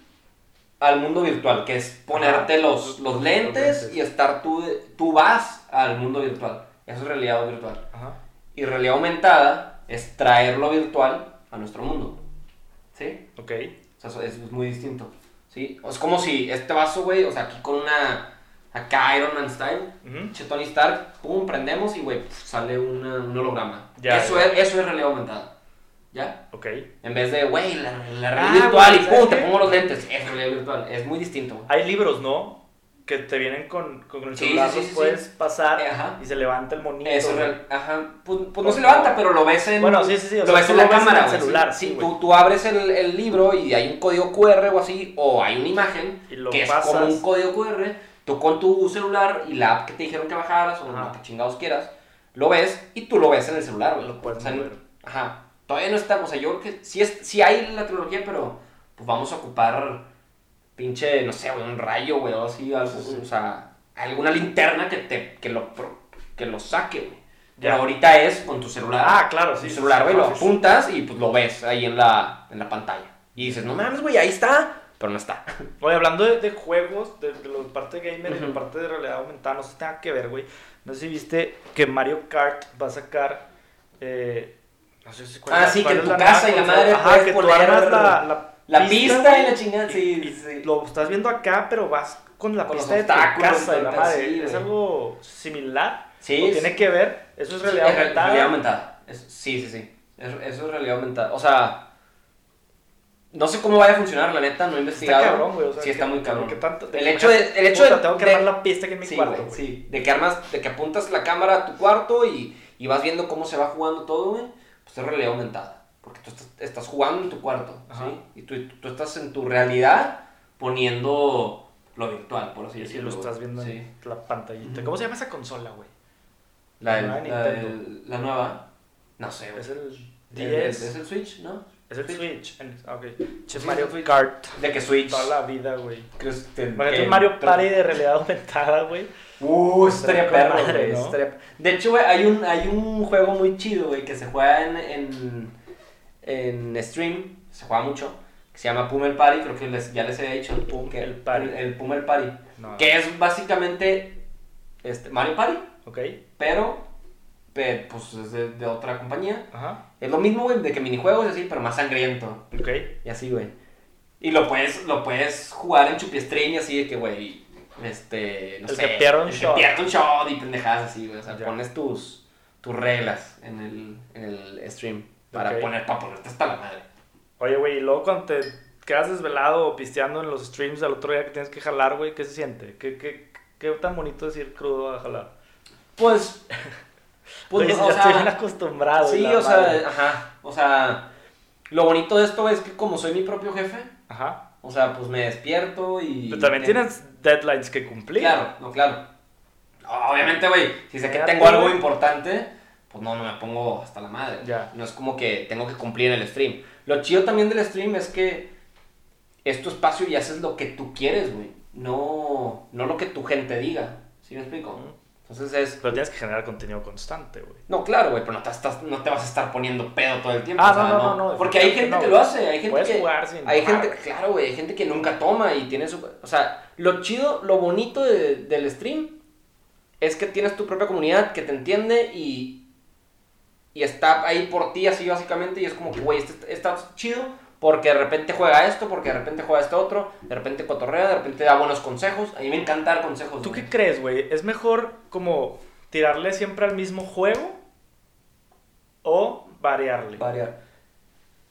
Speaker 3: al mundo virtual, que es ponerte
Speaker 2: Ajá.
Speaker 3: los, los lentes
Speaker 2: lentes.
Speaker 3: y estar tú, de- tú vas al mundo virtual. Eso es realidad virtual.
Speaker 2: Ajá.
Speaker 3: Y realidad aumentada es traer lo virtual a nuestro mundo. ¿Sí?
Speaker 2: Ok.
Speaker 3: O sea, eso es muy distinto. ¿Sí? O es como si este vaso, güey, o sea, aquí con una... Acá Iron Man Style,
Speaker 2: Ujú.
Speaker 3: che Tony Stark, pum, prendemos y, güey, sale una- un holograma.
Speaker 2: Ya,
Speaker 3: eso,
Speaker 2: ya.
Speaker 3: Es, eso es realidad aumentada. ¿Ya?
Speaker 2: Ok.
Speaker 3: En vez de, güey, la, la
Speaker 2: Ah,
Speaker 3: realidad virtual
Speaker 2: güey,
Speaker 3: y
Speaker 2: ¿sabes
Speaker 3: pum, te
Speaker 2: qué?
Speaker 3: pongo los lentes. Es realidad virtual, es muy distinto. güey.
Speaker 2: Hay libros, ¿no? Que te vienen con, con el
Speaker 3: Sí,
Speaker 2: celular,
Speaker 3: sí, sí,
Speaker 2: los
Speaker 3: sí,
Speaker 2: puedes pasar
Speaker 3: Eh, ajá.
Speaker 2: y se levanta el monito.
Speaker 3: Eso es
Speaker 2: güey.
Speaker 3: real- Ajá. Pues, pues no se levanta, pero lo ves en.
Speaker 2: Bueno, sí, sí, sí, o
Speaker 3: Lo
Speaker 2: sea,
Speaker 3: ves
Speaker 2: tú
Speaker 3: en
Speaker 2: lo
Speaker 3: la
Speaker 2: ves en
Speaker 3: cámara,
Speaker 2: el
Speaker 3: güey,
Speaker 2: celular,
Speaker 3: sí.
Speaker 2: sí, güey.
Speaker 3: tú, tú abres el, el libro y hay un código QR o así, o hay una imagen
Speaker 2: Y lo
Speaker 3: que es
Speaker 2: pasas.
Speaker 3: como un código QR. Tú con tu celular y la app que te dijeron que bajaras o
Speaker 2: Ajá.
Speaker 3: lo que chingados quieras, lo ves y tú lo ves en el celular, güey.
Speaker 2: Lo puedes
Speaker 3: O sea,
Speaker 2: mover.
Speaker 3: Ajá. Todavía no estamos, o sea, yo creo que sí, es, sí hay la tecnología, pero pues vamos a ocupar pinche, no sé, güey, un rayo, güey, o así, algo, o sea, alguna linterna que te, que lo, pro- que lo saque, güey. Pero
Speaker 2: Ya.
Speaker 3: ahorita es con tu celular.
Speaker 2: Ah, claro, sí,
Speaker 3: Tu
Speaker 2: sí,
Speaker 3: celular,
Speaker 2: sí,
Speaker 3: güey,
Speaker 2: sí,
Speaker 3: lo
Speaker 2: sí, sí.
Speaker 3: apuntas y pues lo ves ahí en la, en la pantalla. Y dices, no mames, güey, ahí está. Pero no está.
Speaker 2: Oye, hablando de, de juegos, de, de la parte gamer y la
Speaker 3: Ujú.
Speaker 2: parte de realidad aumentada, no sé si tenga que ver, güey. No sé si viste que Mario Kart va a sacar. eh, no sé si
Speaker 3: Ah, sí, que
Speaker 2: cuál
Speaker 3: en
Speaker 2: es
Speaker 3: tu
Speaker 2: la
Speaker 3: casa y
Speaker 2: nueva
Speaker 3: la
Speaker 2: consola.
Speaker 3: madre
Speaker 2: Ajá,
Speaker 3: puedes
Speaker 2: que tú
Speaker 3: poner
Speaker 2: armas la, la,
Speaker 3: La pista y la chingada,
Speaker 2: y-
Speaker 3: sí,
Speaker 2: y
Speaker 3: sí.
Speaker 2: Lo estás viendo acá, pero vas con la
Speaker 3: Con los
Speaker 2: pista de tu
Speaker 3: obstáculos,
Speaker 2: casa y la
Speaker 3: ahorita
Speaker 2: madre.
Speaker 3: sí,
Speaker 2: ¿Es
Speaker 3: güey.
Speaker 2: algo similar?
Speaker 3: Sí,
Speaker 2: ¿O
Speaker 3: sí.
Speaker 2: tiene que ver? Eso es realidad
Speaker 3: Sí, re-
Speaker 2: aumentada.
Speaker 3: realidad aumentada. Es- sí, sí, sí. Es- eso es realidad aumentada. O sea, no sé cómo vaya a funcionar, la neta, no
Speaker 2: Está
Speaker 3: he investigado.
Speaker 2: cabrón, güey. O sea,
Speaker 3: sí, está
Speaker 2: que-
Speaker 3: muy cabrón.
Speaker 2: que tanto-
Speaker 3: el hecho de. El hecho
Speaker 2: Puta,
Speaker 3: de-
Speaker 2: Tengo que
Speaker 3: de-
Speaker 2: armar la pista aquí en mi
Speaker 3: sí,
Speaker 2: cuarto,
Speaker 3: güey,
Speaker 2: güey.
Speaker 3: sí. De que armas, de que apuntas la cámara a tu cuarto y, y vas viendo cómo se va jugando todo, güey. Pues es realidad aumentada. Porque tú estás, estás jugando en tu cuarto,
Speaker 2: Ajá.
Speaker 3: ¿sí? Y tú, tú estás en tu realidad poniendo lo virtual, por
Speaker 2: Y
Speaker 3: así
Speaker 2: si
Speaker 3: decirlo.
Speaker 2: lo estás
Speaker 3: güey.
Speaker 2: viendo
Speaker 3: Sí.
Speaker 2: en la pantallita.
Speaker 3: Ujú.
Speaker 2: ¿Cómo se llama esa consola, güey?
Speaker 3: La, del-
Speaker 2: Ah,
Speaker 3: la,
Speaker 2: Nintendo.
Speaker 3: del- la nueva. No sé, güey.
Speaker 2: Es el
Speaker 3: El- el- ¿Es
Speaker 2: 10.
Speaker 3: el Switch, no?
Speaker 2: Es el Switch. El- ah, Ok. Che,
Speaker 3: Sí,
Speaker 2: Mario
Speaker 3: el Switch.
Speaker 2: Kart.
Speaker 3: De que Switch.
Speaker 2: Toda la vida, güey.
Speaker 3: que este,
Speaker 2: Imagínate
Speaker 3: que-
Speaker 2: un Mario Party de realidad aumentada, güey.
Speaker 3: Uh, estaría
Speaker 2: Estaría
Speaker 3: perro,
Speaker 2: con madre,
Speaker 3: güey,
Speaker 2: ¿no?
Speaker 3: estaría- De hecho, güey, hay un, hay un juego muy chido, güey, que se juega en, en, en stream. Se juega mucho. Que se llama Pumel Party. Creo que les- ya les había dicho.
Speaker 2: Pum-
Speaker 3: que-
Speaker 2: el Party.
Speaker 3: El, el Pumel Party.
Speaker 2: No.
Speaker 3: Que es básicamente este, Mario Party,
Speaker 2: Ok.
Speaker 3: pero pe- pues es de, de otra compañía.
Speaker 2: Ajá.
Speaker 3: Es lo mismo, güey, de que minijuegos y así, pero más sangriento.
Speaker 2: Ok.
Speaker 3: Y así, güey. Y lo puedes, lo puedes jugar en chupiestrén y así de que, güey, este, no
Speaker 2: El
Speaker 3: sé.
Speaker 2: que pierda un
Speaker 3: el que
Speaker 2: shot.
Speaker 3: pierda un shot y pendejadas así, güey. O sea,
Speaker 2: Ya.
Speaker 3: pones tus, tus reglas en el, en el stream para
Speaker 2: Ok.
Speaker 3: poner, para ponerte hasta la madre.
Speaker 2: Oye, güey, y luego cuando te quedas desvelado o pisteando en los streams al otro día que tienes que jalar, güey, ¿qué se siente? ¿Qué, qué, qué tan bonito es ir crudo a jalar?
Speaker 3: Pues,
Speaker 2: Pues,
Speaker 3: no,
Speaker 2: ya estoy bien acostumbrado.
Speaker 3: sí,
Speaker 2: la
Speaker 3: o sea, eh,
Speaker 2: madre.
Speaker 3: ajá, o sea, lo bonito de esto es que como soy mi propio jefe,
Speaker 2: Ajá.
Speaker 3: o sea, pues me despierto y...
Speaker 2: Pero también
Speaker 3: te-
Speaker 2: tienes deadlines que cumplir.
Speaker 3: Claro, no, claro. Obviamente, güey, si sé que
Speaker 2: Fíjate,
Speaker 3: tengo algo
Speaker 2: güey.
Speaker 3: importante, pues no, no me pongo hasta la madre.
Speaker 2: Ya.
Speaker 3: No es como que tengo que cumplir el stream. Lo chido también del stream es que es tu espacio y haces lo que tú quieres, güey. No, no lo que tu gente diga. ¿Sí me explico?
Speaker 2: Ujú.
Speaker 3: Entonces es...
Speaker 2: Pero tienes que generar contenido constante, güey.
Speaker 3: No, claro, güey, pero no te, estás- no te vas a estar poniendo pedo todo el tiempo.
Speaker 2: Ah,
Speaker 3: o sea,
Speaker 2: no, no, no, no,
Speaker 3: Porque hay gente
Speaker 2: no,
Speaker 3: que
Speaker 2: güey.
Speaker 3: lo hace, hay gente
Speaker 2: Puedes
Speaker 3: que...
Speaker 2: jugar sin
Speaker 3: Hay
Speaker 2: tomar,
Speaker 3: gente, claro, güey, hay gente que nunca toma y tiene su... O sea, lo chido, lo bonito de- del stream es que tienes tu propia comunidad que te entiende y, y está ahí por ti así básicamente y es como que, güey, este- está chido porque de repente juega esto, porque de repente juega este otro, de repente cotorrea, de repente da buenos consejos. A mí me encanta dar consejos.
Speaker 2: ¿Tú
Speaker 3: güey.
Speaker 2: qué crees, güey? ¿Es mejor como tirarle siempre al mismo juego o variarle?
Speaker 3: Variar.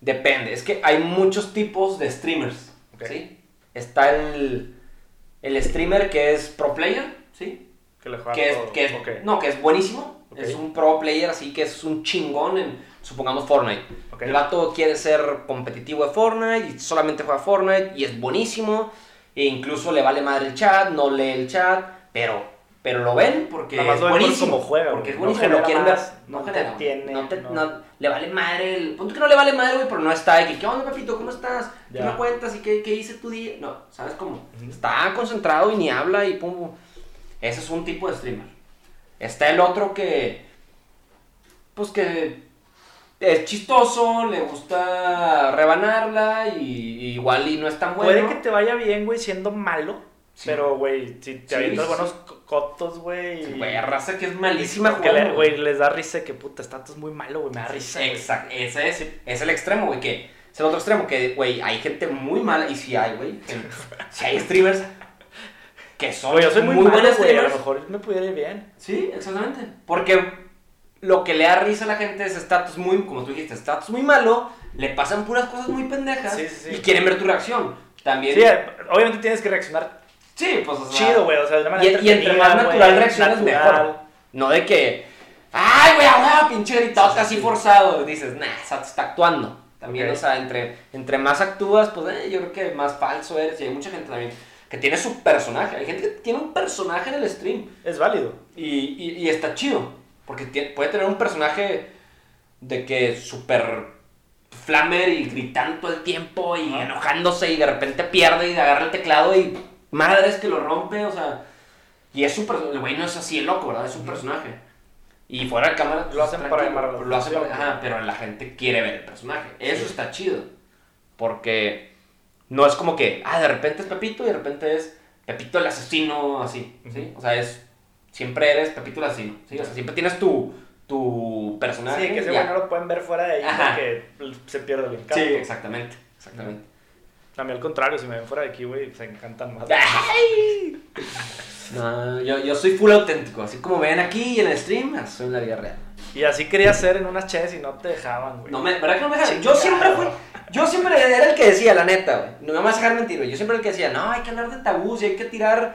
Speaker 3: Depende, es que hay muchos tipos de streamers.
Speaker 2: Ok.
Speaker 3: ¿sí? Está el, el streamer que es pro player, ¿sí?
Speaker 2: Que le juegan
Speaker 3: que es,
Speaker 2: todo.
Speaker 3: que es-
Speaker 2: Ok.
Speaker 3: no, que es buenísimo.
Speaker 2: Ok.
Speaker 3: Es un pro player, así que es un chingón en, supongamos, Fortnite.
Speaker 2: Ok.
Speaker 3: El vato quiere ser competitivo de Fortnite y solamente juega Fortnite y es buenísimo. E incluso le vale madre el chat, no lee el chat, pero, pero lo ven porque
Speaker 2: Nada más
Speaker 3: es
Speaker 2: lo ven por
Speaker 3: buenísimo.
Speaker 2: cómo juega,
Speaker 3: porque es
Speaker 2: güey. No
Speaker 3: buenísimo, lo
Speaker 2: genera
Speaker 3: quieren ver.
Speaker 2: más, no te
Speaker 3: genera, güey.
Speaker 2: tiene,
Speaker 3: No te-
Speaker 2: no.
Speaker 3: no- le vale madre el. Punto que no le vale madre, güey, pero no está de que, ¿qué onda, Pepito? ¿Cómo estás? ¿Qué
Speaker 2: Ya.
Speaker 3: me cuentas? ¿Y qué, qué hice tu día? No, ¿sabes cómo?
Speaker 2: Ujú.
Speaker 3: Está concentrado y ni habla y pum. pum. Ese es un tipo de streamer. Está el otro que. Pues que. Es chistoso, le gusta rebanarla y, y igual y no es tan bueno.
Speaker 2: Puede que te vaya bien, güey, siendo malo.
Speaker 3: Sí.
Speaker 2: Pero, güey, si te
Speaker 3: Sí,
Speaker 2: avientas
Speaker 3: sí.
Speaker 2: buenos co- cotos, güey. y-
Speaker 3: Güey, raza que es malísima
Speaker 2: que le-
Speaker 3: jugando.
Speaker 2: Güey, les da risa que puta, está es muy malo, güey. Me da risa. güey.
Speaker 3: Exacto, ese es, es el extremo, güey, que es el otro extremo, que, güey, hay gente muy mala, y si hay, güey, si hay streamers que son
Speaker 2: Güey, yo soy muy,
Speaker 3: muy,
Speaker 2: malo,
Speaker 3: buenas
Speaker 2: güey. A lo
Speaker 3: streamers.
Speaker 2: mejor me pudiera ir bien.
Speaker 3: Sí, exactamente, porque lo que le da risa a la gente es estatus muy, como tú dijiste, estatus muy malo, le pasan puras cosas muy pendejas
Speaker 2: Sí, sí, sí.
Speaker 3: y quieren ver tu reacción. También,
Speaker 2: Sí, eh, obviamente tienes que reaccionar
Speaker 3: sí, pues, o sea,
Speaker 2: chido, güey. O sea, de una
Speaker 3: Y,
Speaker 2: manera
Speaker 3: y entre
Speaker 2: entretenida,
Speaker 3: más
Speaker 2: güey,
Speaker 3: natural reacciones,
Speaker 2: natural.
Speaker 3: mejor. No de que, ay, güey, ah, pinche gritado así forzado. Dices, nah, está, está actuando. También,
Speaker 2: Ok.
Speaker 3: o sea, entre, entre más actúas, pues eh, yo creo que más falso eres. Y hay mucha gente también que tiene su personaje. Hay gente que tiene un personaje en el stream.
Speaker 2: Es válido.
Speaker 3: Y, y, y está chido. Porque tie- puede tener un personaje de que súper flamer y gritando todo el tiempo y
Speaker 2: Ajá.
Speaker 3: enojándose y de repente pierde y agarra el teclado y madres que lo rompe, o sea. Y es un personaje, el güey no es así el loco, ¿verdad? Es un personaje. Y fuera de cámara pues,
Speaker 2: Lo hacen
Speaker 3: tranquilo,
Speaker 2: para llamar la
Speaker 3: pero lo hacen para-
Speaker 2: atención.
Speaker 3: ajá, pero la gente quiere ver el personaje. Eso está chido. Porque no es como que, ah, de repente es Pepito y de repente es Pepito el asesino, así, ¿sí? O sea, es, siempre eres Pepito el asesino, ¿sí? O sea, siempre tienes tu, tu personaje.
Speaker 2: Sí, que ese
Speaker 3: Ah, ya.
Speaker 2: güey no lo pueden ver fuera de ahí
Speaker 3: Ajá.
Speaker 2: porque se pierde el encanto.
Speaker 3: Sí, exactamente, exactamente.
Speaker 2: A mí al contrario, si me ven fuera de aquí, güey, se encantan más.
Speaker 3: Ah. ¡Ay! No, yo, yo soy full auténtico, así como ven aquí en el stream, así soy en la vida real.
Speaker 2: Y así quería ser en unas ches y no te dejaban, güey.
Speaker 3: No me, ¿Verdad que no me dejaron? Yo siempre fui, yo siempre era el que decía, la neta, güey. No me vas a dejar mentir, güey. Yo siempre era el que decía, no, hay que hablar de tabús y hay que tirar,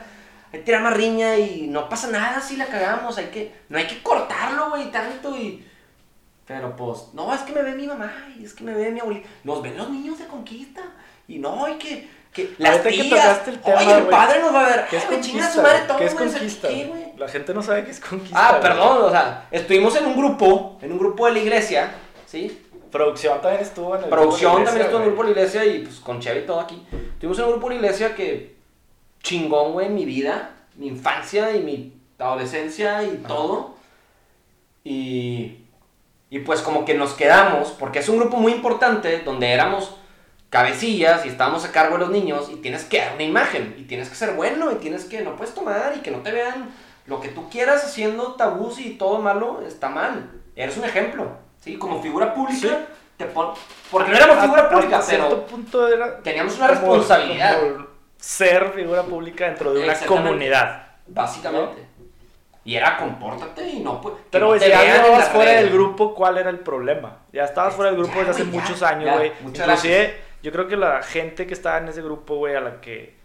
Speaker 3: hay que tirar más riña y no pasa nada si la cagamos. Hay que, no hay que cortarlo, güey, tanto y... Pero pues, no, es que me ve mi mamá y es que me ve mi abuelita. Nos ven los niños de conquista y no, hay que... que las
Speaker 2: Ahorita que
Speaker 3: tías,
Speaker 2: tocaste el tema,
Speaker 3: oye, el
Speaker 2: güey.
Speaker 3: padre nos va a ver.
Speaker 2: ¿Qué es
Speaker 3: Ay, Ah, güey, chinga
Speaker 2: conquista?
Speaker 3: su madre
Speaker 2: güey?
Speaker 3: todo,
Speaker 2: ¿Qué es
Speaker 3: güey, o sea,
Speaker 2: conquista?
Speaker 3: ¿qué,
Speaker 2: güey?
Speaker 3: güey?
Speaker 2: La gente no sabe qué es conquista.
Speaker 3: Ah,
Speaker 2: güey.
Speaker 3: perdón, o sea, estuvimos en un grupo, en un grupo de la iglesia, ¿sí?
Speaker 2: Producción también estuvo en el
Speaker 3: Producción también estuvo en el
Speaker 2: el
Speaker 3: grupo de la iglesia y pues con Chevy todo aquí. Tuvimos un grupo de la iglesia que chingón, güey, mi vida, mi infancia y mi adolescencia y todo. Y, y pues como que nos quedamos, porque es un grupo muy importante donde éramos cabecillas y estábamos a cargo de los niños y tienes que dar una imagen y tienes que ser bueno y tienes que no puedes tomar y que no te vean lo que tú quieras haciendo tabús y todo malo está mal. Eres un ejemplo, ¿sí? Como figura pública
Speaker 2: Sí.
Speaker 3: te pon... porque no éramos figura pública,
Speaker 2: cierto
Speaker 3: pero
Speaker 2: punto era
Speaker 3: teníamos una
Speaker 2: como-
Speaker 3: responsabilidad
Speaker 2: como ser figura pública dentro de una
Speaker 3: Exactamente.
Speaker 2: comunidad.
Speaker 3: básicamente. Y era compórtate y no pues
Speaker 2: Pero,
Speaker 3: no
Speaker 2: güey,
Speaker 3: te
Speaker 2: si ya
Speaker 3: vean en
Speaker 2: estabas
Speaker 3: las
Speaker 2: fuera
Speaker 3: redes.
Speaker 2: del grupo, ¿cuál era el problema? Ya estabas fuera del grupo
Speaker 3: Ya,
Speaker 2: desde hace
Speaker 3: güey, ya,
Speaker 2: muchos
Speaker 3: ya.
Speaker 2: años, güey.
Speaker 3: Muchas
Speaker 2: Inclusive, yo creo que la gente que estaba en ese grupo, güey, a la que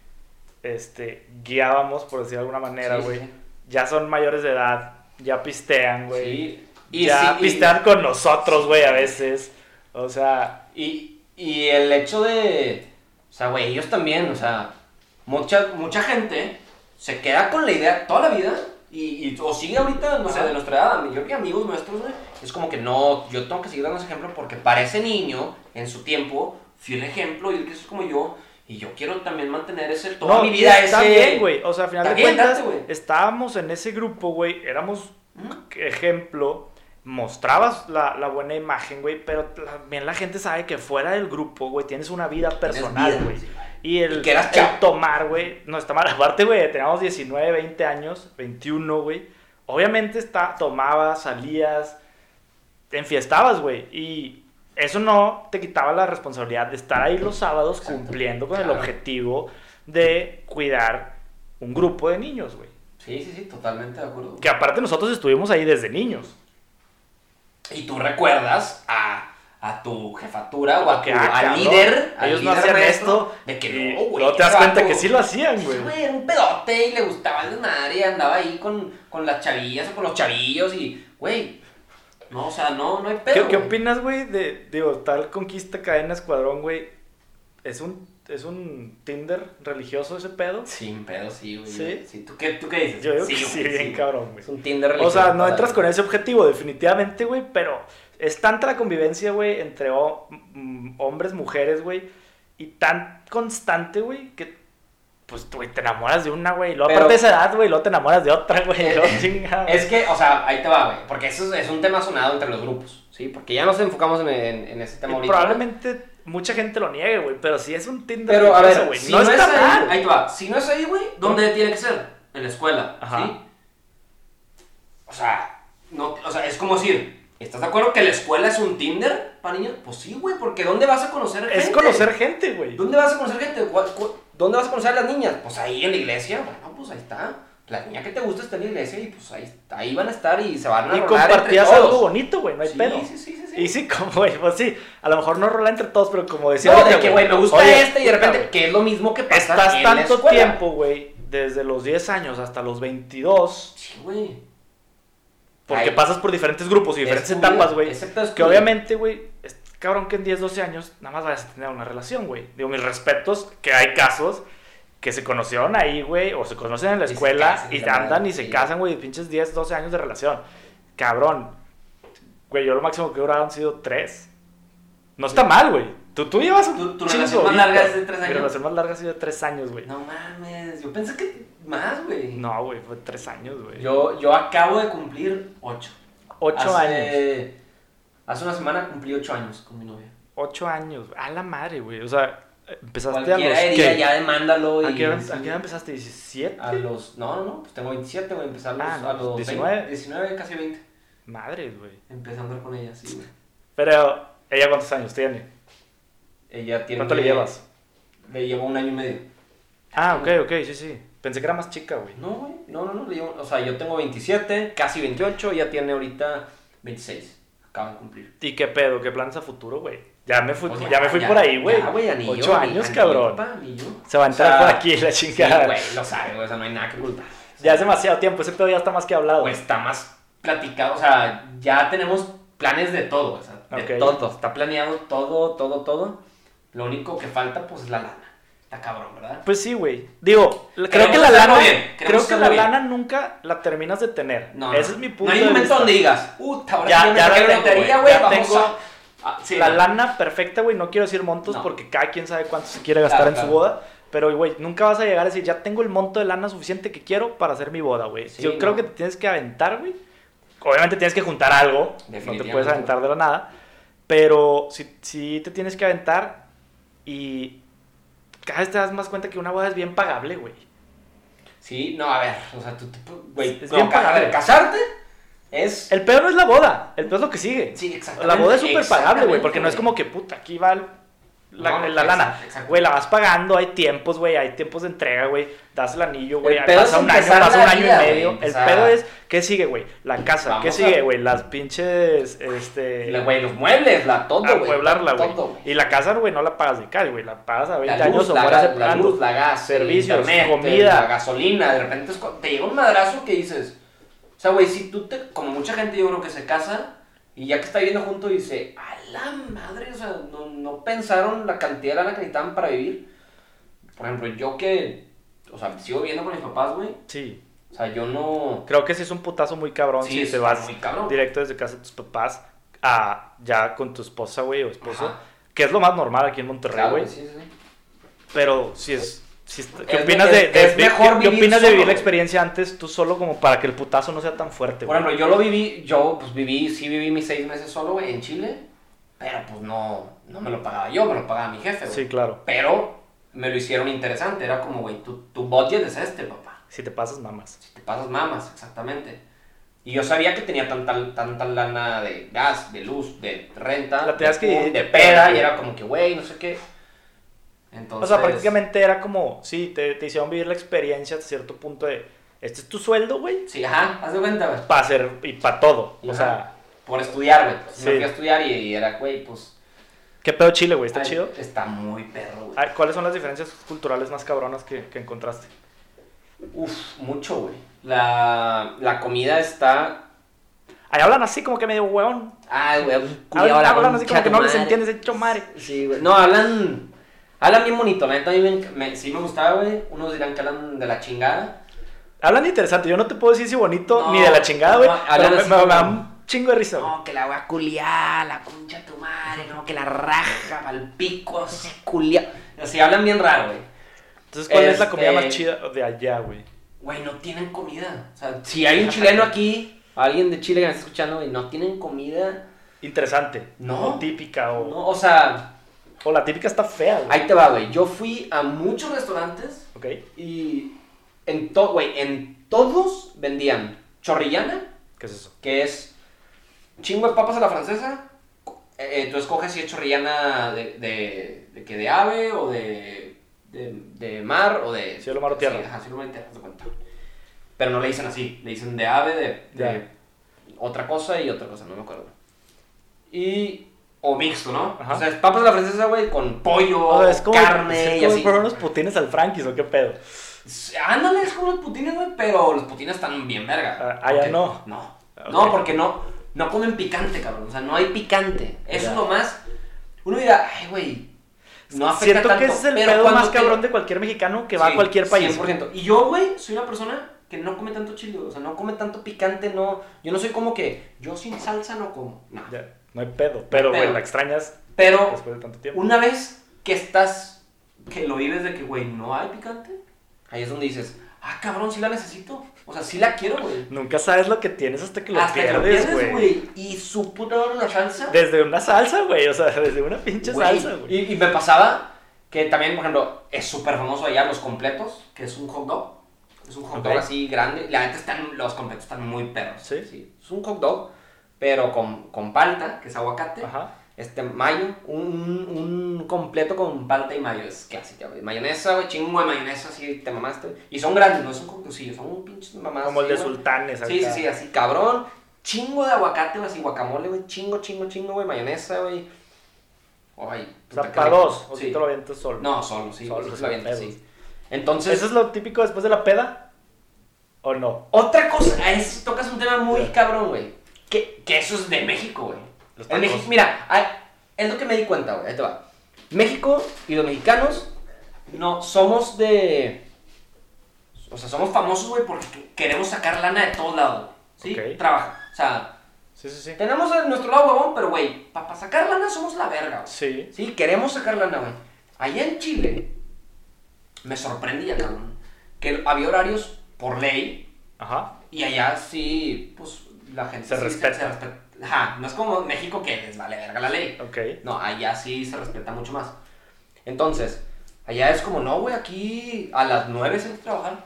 Speaker 2: este, guiábamos, por decir de alguna manera,
Speaker 3: Sí,
Speaker 2: güey,
Speaker 3: sí.
Speaker 2: ya son mayores de edad, ya pistean, güey.
Speaker 3: Sí. Y
Speaker 2: ya
Speaker 3: sí, y-
Speaker 2: pistean con nosotros, güey, a veces. O sea,
Speaker 3: Y, y el hecho de. O sea, güey, ellos también, o sea. Mucha, mucha gente se queda con la idea toda la vida. Y, y- o sigue ahorita, no sé,
Speaker 2: Ajá.
Speaker 3: de nuestra edad, yo creo que amigos nuestros, güey, es como que no, yo tengo que seguir dando ese ejemplo porque para ese niño, en su tiempo, fui el ejemplo y él que es como yo, y yo quiero también mantener ese toda
Speaker 2: no,
Speaker 3: mi vida
Speaker 2: está
Speaker 3: ese.
Speaker 2: bien, güey. O sea, al final
Speaker 3: Está
Speaker 2: de
Speaker 3: bien,
Speaker 2: cuentas,
Speaker 3: date, güey.
Speaker 2: estábamos en ese grupo, güey, éramos
Speaker 3: Ujú.
Speaker 2: ejemplo, mostrabas la, la buena imagen, güey, pero también la gente sabe que fuera del grupo, güey, tienes una vida personal,
Speaker 3: vida,
Speaker 2: güey.
Speaker 3: sí, güey.
Speaker 2: Y el,
Speaker 3: Y que eras
Speaker 2: el
Speaker 3: chavo.
Speaker 2: tomar, güey, no está mal. Aparte, güey, teníamos 19, 20 años, 21, güey. Obviamente está, tomabas, salías, te enfiestabas, güey. Y eso no te quitaba la responsabilidad de estar ahí los sábados
Speaker 3: Exacto.
Speaker 2: cumpliendo con el
Speaker 3: Claro.
Speaker 2: objetivo de cuidar un grupo de niños, güey.
Speaker 3: Sí, sí, sí, totalmente de acuerdo.
Speaker 2: Que aparte nosotros estuvimos ahí desde niños.
Speaker 3: Y tú recuerdas a, a a tu jefatura o a tu
Speaker 2: que, ah,
Speaker 3: al
Speaker 2: cabrón,
Speaker 3: líder. al
Speaker 2: ellos no
Speaker 3: líder
Speaker 2: hacían
Speaker 3: maestro,
Speaker 2: esto,
Speaker 3: De que
Speaker 2: Y
Speaker 3: no, güey.
Speaker 2: luego te das
Speaker 3: ese
Speaker 2: cuenta
Speaker 3: vato-
Speaker 2: que sí lo hacían, güey.
Speaker 3: Sí, güey, era un pedote y le gustaba el desmadre y andaba ahí con, con las chavillas o con los chavillos y, güey, no, o sea, no, no hay pedo.
Speaker 2: ¿Qué, qué
Speaker 3: güey.
Speaker 2: opinas, güey, de digo, tal conquista cadena escuadrón, güey? ¿Es un, ¿Es un Tinder religioso ese pedo?
Speaker 3: Sin pedo, sí, güey.
Speaker 2: ¿Sí?
Speaker 3: ¿Tú, qué, ¿Tú qué dices?
Speaker 2: Yo digo que
Speaker 3: güey,
Speaker 2: sí, bien
Speaker 3: güey.
Speaker 2: cabrón, güey.
Speaker 3: Es un Tinder
Speaker 2: O sea,
Speaker 3: religioso,
Speaker 2: no entras
Speaker 3: padre.
Speaker 2: con ese objetivo, definitivamente, güey, pero es tanta la convivencia, güey, entre ho- mm, hombres, mujeres, güey, y tan constante, güey, que pues, güey, te enamoras de una, güey, y luego
Speaker 3: Pero-
Speaker 2: aparte de esa edad, güey, luego te enamoras de otra, güey, y luego chingada.
Speaker 3: Es este que, o sea, ahí te va, güey. Porque eso es, es un tema sonado entre los grupos, ¿sí? Porque ya nos enfocamos en, en, en ese tema
Speaker 2: Y
Speaker 3: ahorita.
Speaker 2: probablemente mucha gente lo niegue, güey, pero si es un Tinder,
Speaker 3: Pero, a
Speaker 2: religioso,
Speaker 3: ver,
Speaker 2: güey,
Speaker 3: si
Speaker 2: no,
Speaker 3: no, es
Speaker 2: está
Speaker 3: ahí,
Speaker 2: mal.
Speaker 3: ahí te va. Si no es ahí, güey, ¿dónde tiene que ser? En la escuela,
Speaker 2: Ajá.
Speaker 3: ¿sí? O sea, no, o sea, es como decir, ¿estás de acuerdo que la escuela es un Tinder para niños? Pues sí, güey, porque ¿dónde vas a conocer gente?
Speaker 2: Es conocer gente, güey.
Speaker 3: ¿Dónde vas a conocer gente? ¿Cuál- cu- ¿Dónde vas a conocer a las niñas? Pues ahí en la iglesia. Bueno, pues ahí está. La niña que te gusta está en la iglesia y pues ahí, ahí van a estar y se van a
Speaker 2: Y
Speaker 3: rolar entre
Speaker 2: compartías
Speaker 3: todos.
Speaker 2: algo bonito, güey, no hay
Speaker 3: sí,
Speaker 2: pedo.
Speaker 3: Sí, sí, sí, sí.
Speaker 2: Y sí, como, güey, pues sí, a lo mejor no rola entre todos, pero como decía...
Speaker 3: no, de
Speaker 2: ahorita,
Speaker 3: que, güey, me gusta
Speaker 2: oye,
Speaker 3: este y de repente,
Speaker 2: puta, güey,
Speaker 3: que es lo mismo que pasa
Speaker 2: Estás
Speaker 3: en la
Speaker 2: tanto
Speaker 3: escuela.
Speaker 2: tiempo, güey, desde los 10 años hasta los 22,
Speaker 3: Sí, güey.
Speaker 2: porque
Speaker 3: Ay.
Speaker 2: pasas por diferentes grupos y diferentes
Speaker 3: Es tu
Speaker 2: etapas,
Speaker 3: vida,
Speaker 2: güey.
Speaker 3: ese pedo es
Speaker 2: Que
Speaker 3: tu vida.
Speaker 2: obviamente, güey, es- cabrón que en 10, 12 años nada más vayas a tener una relación, güey. Digo, mis respetos, que hay casos que se conocieron ahí, güey, o se conocen en la
Speaker 3: Y se
Speaker 2: escuela
Speaker 3: casan,
Speaker 2: y,
Speaker 3: la verdad,
Speaker 2: andan y se
Speaker 3: sí.
Speaker 2: casan, güey, de pinches 10, 12 años de relación. Cabrón. Güey, yo lo máximo que he durado han sido 3. No está mal, güey. Tú, tú llevas un
Speaker 3: Tu- tu
Speaker 2: chingo
Speaker 3: relación más
Speaker 2: ahorita.
Speaker 3: larga es de tres
Speaker 2: Mi
Speaker 3: años.
Speaker 2: relación más larga ha sido de 3 años, güey.
Speaker 3: No mames, yo pensé que más, güey.
Speaker 2: No, güey, fue 3 años, güey.
Speaker 3: Yo, yo acabo de cumplir ocho.
Speaker 2: 8 años.
Speaker 3: Hace- Hace una semana cumplí ocho años con mi novia.
Speaker 2: 8 años. A la madre, güey. O sea, empezaste a los...
Speaker 3: Cualquiera diría,
Speaker 2: ¿qué?
Speaker 3: ya demándalo.
Speaker 2: ¿A
Speaker 3: y-
Speaker 2: qué, edad,
Speaker 3: sí.
Speaker 2: a qué edad empezaste? ¿17?
Speaker 3: A los. No, no, no, pues tengo 27, güey. Empecé a los,
Speaker 2: Ah,
Speaker 3: a los
Speaker 2: 19.
Speaker 3: 20, 19, casi 20.
Speaker 2: Madre, güey.
Speaker 3: Empecé a andar con ella, sí, güey.
Speaker 2: Pero, ¿ella cuántos años tiene?
Speaker 3: Ella tiene.
Speaker 2: ¿Cuánto le llevas?
Speaker 3: Le llevo un año y medio.
Speaker 2: Ah, ok, ok, sí, sí. Pensé que era más chica, güey.
Speaker 3: No, güey. No, no, no. Le llevo, o sea, yo tengo 27, casi 28. Ella tiene ahorita 26. Acaba de cumplir.
Speaker 2: ¿Y qué pedo? ¿Qué planes a futuro, güey? Ya me fui,
Speaker 3: O sea,
Speaker 2: Pues ya me fui por ahí, güey.
Speaker 3: ya, güey, anillo,
Speaker 2: Ocho
Speaker 3: anillo,
Speaker 2: años,
Speaker 3: anillo,
Speaker 2: cabrón.
Speaker 3: pa, anillo.
Speaker 2: Se va a
Speaker 3: O
Speaker 2: entrar
Speaker 3: sea,
Speaker 2: por aquí la
Speaker 3: Sí,
Speaker 2: chingada.
Speaker 3: güey, lo sabe, güey, o sea, no hay nada que ocultar. O sea,
Speaker 2: ya es demasiado tiempo, ese pedo ya está más que hablado.
Speaker 3: güey, está más platicado, o sea, ya tenemos planes de todo, o sea, de
Speaker 2: Ok.
Speaker 3: todo. Está planeado todo, todo, todo. Lo único que falta, pues, es la lana. Está cabrón, ¿verdad?
Speaker 2: Pues sí, güey. Digo, la- creo
Speaker 3: Queremos
Speaker 2: que la
Speaker 3: hacerlo
Speaker 2: lana,
Speaker 3: bien, queremos
Speaker 2: creo que
Speaker 3: hacerlo
Speaker 2: la
Speaker 3: bien.
Speaker 2: lana nunca la terminas de tener.
Speaker 3: No,
Speaker 2: Ese
Speaker 3: no.
Speaker 2: es mi
Speaker 3: No
Speaker 2: punto
Speaker 3: hay un
Speaker 2: de
Speaker 3: momento
Speaker 2: vista.
Speaker 3: donde digas, puta, ahora
Speaker 2: Ya-
Speaker 3: sí me
Speaker 2: ya
Speaker 3: saqué la
Speaker 2: regreso, güey,
Speaker 3: lotería, güey,
Speaker 2: ya
Speaker 3: vamos
Speaker 2: tengo
Speaker 3: a- Ah, sí,
Speaker 2: la
Speaker 3: no.
Speaker 2: lana perfecta, güey, no quiero decir montos
Speaker 3: No.
Speaker 2: porque cada quien sabe cuánto se quiere gastar
Speaker 3: Claro,
Speaker 2: en su
Speaker 3: claro.
Speaker 2: boda. Pero, güey, nunca vas a llegar a decir, ya tengo el monto de lana suficiente que quiero para hacer mi boda, güey.
Speaker 3: Sí,
Speaker 2: Yo
Speaker 3: no.
Speaker 2: creo que te tienes que aventar, güey. Obviamente tienes que juntar algo. No te
Speaker 3: Definitivamente.
Speaker 2: puedes aventar de la nada. Pero sí, sí te tienes que aventar y cada vez te das más cuenta que una boda es bien pagable, güey.
Speaker 3: Sí, no, a ver, o sea, tú, tú- güey,
Speaker 2: Es
Speaker 3: no,
Speaker 2: bien
Speaker 3: ca- a
Speaker 2: pagable.
Speaker 3: ver, casarte es...
Speaker 2: El peor no es la boda, el peor es lo que sigue.
Speaker 3: Sí,
Speaker 2: La
Speaker 3: exactamente,
Speaker 2: boda es súper pagable, güey,
Speaker 3: exactamente,
Speaker 2: porque no es como que puta, aquí va el- la,
Speaker 3: No,
Speaker 2: la lana.
Speaker 3: exacto, exacto.
Speaker 2: Güey, la vas pagando, hay tiempos, güey, hay tiempos de entrega, güey. Das el anillo, güey,
Speaker 3: El pedo
Speaker 2: pasa
Speaker 3: es
Speaker 2: un año,
Speaker 3: empezar
Speaker 2: pasa
Speaker 3: la
Speaker 2: un año
Speaker 3: vida,
Speaker 2: y
Speaker 3: güey,
Speaker 2: medio. el
Speaker 3: empezar.
Speaker 2: pedo es, ¿qué sigue, güey? La casa, ¿qué
Speaker 3: Vamos
Speaker 2: sigue,
Speaker 3: a-
Speaker 2: güey? Las pinches, este...
Speaker 3: La- Güey, los muebles, la todo, güey.
Speaker 2: apueblarla, güey.
Speaker 3: todo, güey.
Speaker 2: Y la casa, güey, no la pagas de cal, güey, la pagas a 20
Speaker 3: La
Speaker 2: años
Speaker 3: luz,
Speaker 2: o
Speaker 3: la,
Speaker 2: mueras
Speaker 3: ga- la
Speaker 2: separando.
Speaker 3: luz, la gas, el
Speaker 2: servicios,
Speaker 3: internet,
Speaker 2: comida.
Speaker 3: la gasolina, de repente es co- te llega un madrazo que dices, o sea, güey, si tú te, como mucha gente yo creo que se casa y ya que está viviendo junto dice, a la madre, o sea, no, no pensaron la cantidad de lana que necesitaban para vivir. Por ejemplo, yo que, o sea, sigo viviendo con mis papás, güey,
Speaker 2: Sí,
Speaker 3: o sea, yo no...
Speaker 2: creo que sí es un putazo muy cabrón
Speaker 3: Sí,
Speaker 2: si
Speaker 3: es
Speaker 2: te vas
Speaker 3: muy cabrón.
Speaker 2: directo desde casa de tus papás a ya con tu esposa, güey, o esposo.
Speaker 3: Ajá.
Speaker 2: Que es lo más normal aquí en Monterrey,
Speaker 3: Claro,
Speaker 2: güey.
Speaker 3: güey, sí, sí, sí.
Speaker 2: Pero si es. si es- ¿Qué
Speaker 3: Es-
Speaker 2: opinas
Speaker 3: es-
Speaker 2: de, de-
Speaker 3: es
Speaker 2: de-
Speaker 3: mejor
Speaker 2: ¿qué
Speaker 3: vivir
Speaker 2: opinas de
Speaker 3: solo,
Speaker 2: vivir la
Speaker 3: güey.
Speaker 2: experiencia antes tú solo como para que el putazo no sea tan fuerte,
Speaker 3: Por
Speaker 2: güey?
Speaker 3: ejemplo, yo lo viví, yo pues viví, sí viví mis seis meses solo, güey, en Chile, pero pues no, no me lo pagaba yo, me lo pagaba mi jefe, güey.
Speaker 2: Sí, claro.
Speaker 3: Pero me lo hicieron interesante, era como, güey, tu, tu budget es este, papá.
Speaker 2: Si te pasas, mamas.
Speaker 3: Si te pasas mamas, exactamente. Y yo sabía que tenía tanta, tanta lana de gas, de luz, de renta,
Speaker 2: La tenías
Speaker 3: de,
Speaker 2: que-
Speaker 3: cum, de peda, y era como que, güey, no sé qué. Entonces,
Speaker 2: O sea, prácticamente era como, sí, te, te hicieron vivir la experiencia hasta cierto punto de, este es tu sueldo, güey,
Speaker 3: Sí, ajá, haz de cuenta, güey.
Speaker 2: para hacer y para todo. O
Speaker 3: Ajá.
Speaker 2: sea,
Speaker 3: Por estudiar, güey. Pues,
Speaker 2: Sí.
Speaker 3: Me fui a estudiar y, y era, güey, pues
Speaker 2: ¿Qué pedo Chile, güey? ¿Está
Speaker 3: Ay,
Speaker 2: chido?
Speaker 3: Está muy perro, güey.
Speaker 2: Ay, ¿Cuáles son las diferencias culturales más cabronas que, que encontraste?
Speaker 3: Uf, mucho, güey. La, la comida está.
Speaker 2: Ahí hablan así como que medio hueón.
Speaker 3: Ay, güey, pues,
Speaker 2: Hablan,
Speaker 3: culiao, la
Speaker 2: hablan así como
Speaker 3: concha
Speaker 2: que
Speaker 3: tu
Speaker 2: no les
Speaker 3: madre.
Speaker 2: entiendes, hecho madre.
Speaker 3: Sí, güey. No, hablan. Hablan bien bonito, la neta. A mí me enc- me- sí me gustaba, güey. Unos dirán que hablan de la chingada.
Speaker 2: Hablan interesante, yo no te puedo decir si bonito
Speaker 3: No,
Speaker 2: ni de la chingada, güey.
Speaker 3: no,
Speaker 2: pero
Speaker 3: hablan
Speaker 2: me,
Speaker 3: así
Speaker 2: me- me
Speaker 3: como-
Speaker 2: da un chingo de risa, güey.
Speaker 3: No, que la voy a culiar, la concha tu madre, no, que la raja, pal pico, así culia. Así hablan bien raro, güey.
Speaker 2: Entonces, ¿cuál es la
Speaker 3: Este-
Speaker 2: comida más chida de allá, güey?
Speaker 3: Güey, no tienen comida. O sea, si hay un chileno aquí, alguien de Chile que me está escuchando, y no tienen comida.
Speaker 2: Interesante.
Speaker 3: No.
Speaker 2: O típica, o,
Speaker 3: No, o sea,
Speaker 2: o la típica está fea, güey.
Speaker 3: ahí te va, güey. Yo fui a muchos restaurantes
Speaker 2: Ok.
Speaker 3: y en todo, güey, en todos vendían chorrillana,
Speaker 2: ¿Qué es eso?
Speaker 3: que es chingo de papas a la francesa. Eh, eh, tú escoges si es chorrillana de, de, de que de ave o de, de, de mar o de...
Speaker 2: Cielo, mar o tierra.
Speaker 3: Sí, ajá, cielo, mar o tierra, haz de cuenta. Pero no le dicen así, le dicen de ave, de, de
Speaker 2: Ya.
Speaker 3: otra cosa y otra cosa, no me acuerdo. Y... O mixto, ¿no?
Speaker 2: Ajá.
Speaker 3: O sea, es papas a la francesa, güey, con pollo,
Speaker 2: O sea, es como, es
Speaker 3: carne y
Speaker 2: como
Speaker 3: así.
Speaker 2: por unos putines al Frankis, ¿o qué pedo?
Speaker 3: Pues, Ándale, es como los putines, güey, pero los putines están bien verga.
Speaker 2: Ah, ah, ya
Speaker 3: Porque-
Speaker 2: no. Ah,
Speaker 3: No.
Speaker 2: Ok.
Speaker 3: No, porque no, no comen picante, cabrón. O sea, no hay picante. Eso
Speaker 2: Ya.
Speaker 3: es lo más. Uno dirá, ay, güey. No afecta
Speaker 2: Siento que
Speaker 3: tanto",
Speaker 2: ese es el
Speaker 3: pero
Speaker 2: pedo
Speaker 3: cuando
Speaker 2: más
Speaker 3: te-
Speaker 2: cabrón de cualquier mexicano que va a
Speaker 3: Sí,
Speaker 2: cualquier país.
Speaker 3: 100%. Y yo, güey, soy una persona que no come tanto chile, o sea, no come tanto picante, no. Yo no soy como que yo sin salsa no como. No.
Speaker 2: Ya, no hay pedo, pero, güey,
Speaker 3: Pero-
Speaker 2: la extrañas
Speaker 3: Pero
Speaker 2: después de tanto tiempo.
Speaker 3: una vez que estás, que lo vives de que, güey, no hay picante, ahí es donde dices, ah, cabrón, sí la necesito. O sea, sí la quiero, güey.
Speaker 2: Nunca sabes lo que tienes hasta que lo
Speaker 3: Hasta que lo
Speaker 2: pierdes,
Speaker 3: pierdes,
Speaker 2: güey.
Speaker 3: güey. Y su puta madre la salsa.
Speaker 2: Desde una salsa, güey, o sea, desde una pinche
Speaker 3: Güey,
Speaker 2: salsa, güey.
Speaker 3: Y, y me pasaba que también, por ejemplo, es súper famoso allá los completos, que es un hot dog. Es un hot
Speaker 2: Ok.
Speaker 3: dog así grande. La neta están, los completos están muy perros.
Speaker 2: Sí.
Speaker 3: Es un hot dog, pero con, con palta, que es aguacate.
Speaker 2: Ajá.
Speaker 3: Este, mayo, un, un completo con palta y mayo, es clásica, güey. Mayonesa, güey, chingo de mayonesa, así te mamaste. Y son grandes, no son sí, son pinches mamadas.
Speaker 2: Como el
Speaker 3: así,
Speaker 2: de
Speaker 3: güey.
Speaker 2: sultanes.
Speaker 3: Sí, sí,
Speaker 2: acá.
Speaker 3: sí, así, cabrón. Chingo de aguacate, güey, así, guacamole, güey. Chingo, chingo, chingo, güey. Mayonesa, güey. Ay,
Speaker 2: O sea,
Speaker 3: puta, qué
Speaker 2: para
Speaker 3: rico.
Speaker 2: dos, o
Speaker 3: Sí.
Speaker 2: si te lo avientas solo.
Speaker 3: No, solo, sí.
Speaker 2: Solo,
Speaker 3: sí,
Speaker 2: sí,
Speaker 3: lo aviento,
Speaker 2: pedos.
Speaker 3: sí. Entonces,
Speaker 2: ¿Eso es lo típico después de la peda? ¿O no?
Speaker 3: otra cosa, a eso tocas un tema muy
Speaker 2: Ya.
Speaker 3: cabrón, güey. Que, que eso es de México, güey.
Speaker 2: Los
Speaker 3: En
Speaker 2: tacos.
Speaker 3: México, mira, ay, es lo que me di cuenta, güey. Ahí te va. México y los mexicanos no somos de. O sea, somos famosos, güey, porque queremos sacar lana de todos lados. güey. ¿Sí?
Speaker 2: Ok.
Speaker 3: Trabaja. O sea,
Speaker 2: Sí, sí, sí.
Speaker 3: Tenemos a nuestro lado huevón, pero güey, para sacar lana somos la verga, güey.
Speaker 2: Sí.
Speaker 3: Sí, queremos sacar lana, güey. Allá en Chile, me sorprendía, cabrón, que había horarios por ley
Speaker 2: Ajá.
Speaker 3: y allá sí, pues la gente
Speaker 2: Se
Speaker 3: sí
Speaker 2: respeta.
Speaker 3: respeta. Ajá, no es como México que les vale verga la ley.
Speaker 2: Ok.
Speaker 3: No, allá sí se respeta mucho más. Entonces, allá es como, no, güey, aquí a las 9 se entra a trabajar.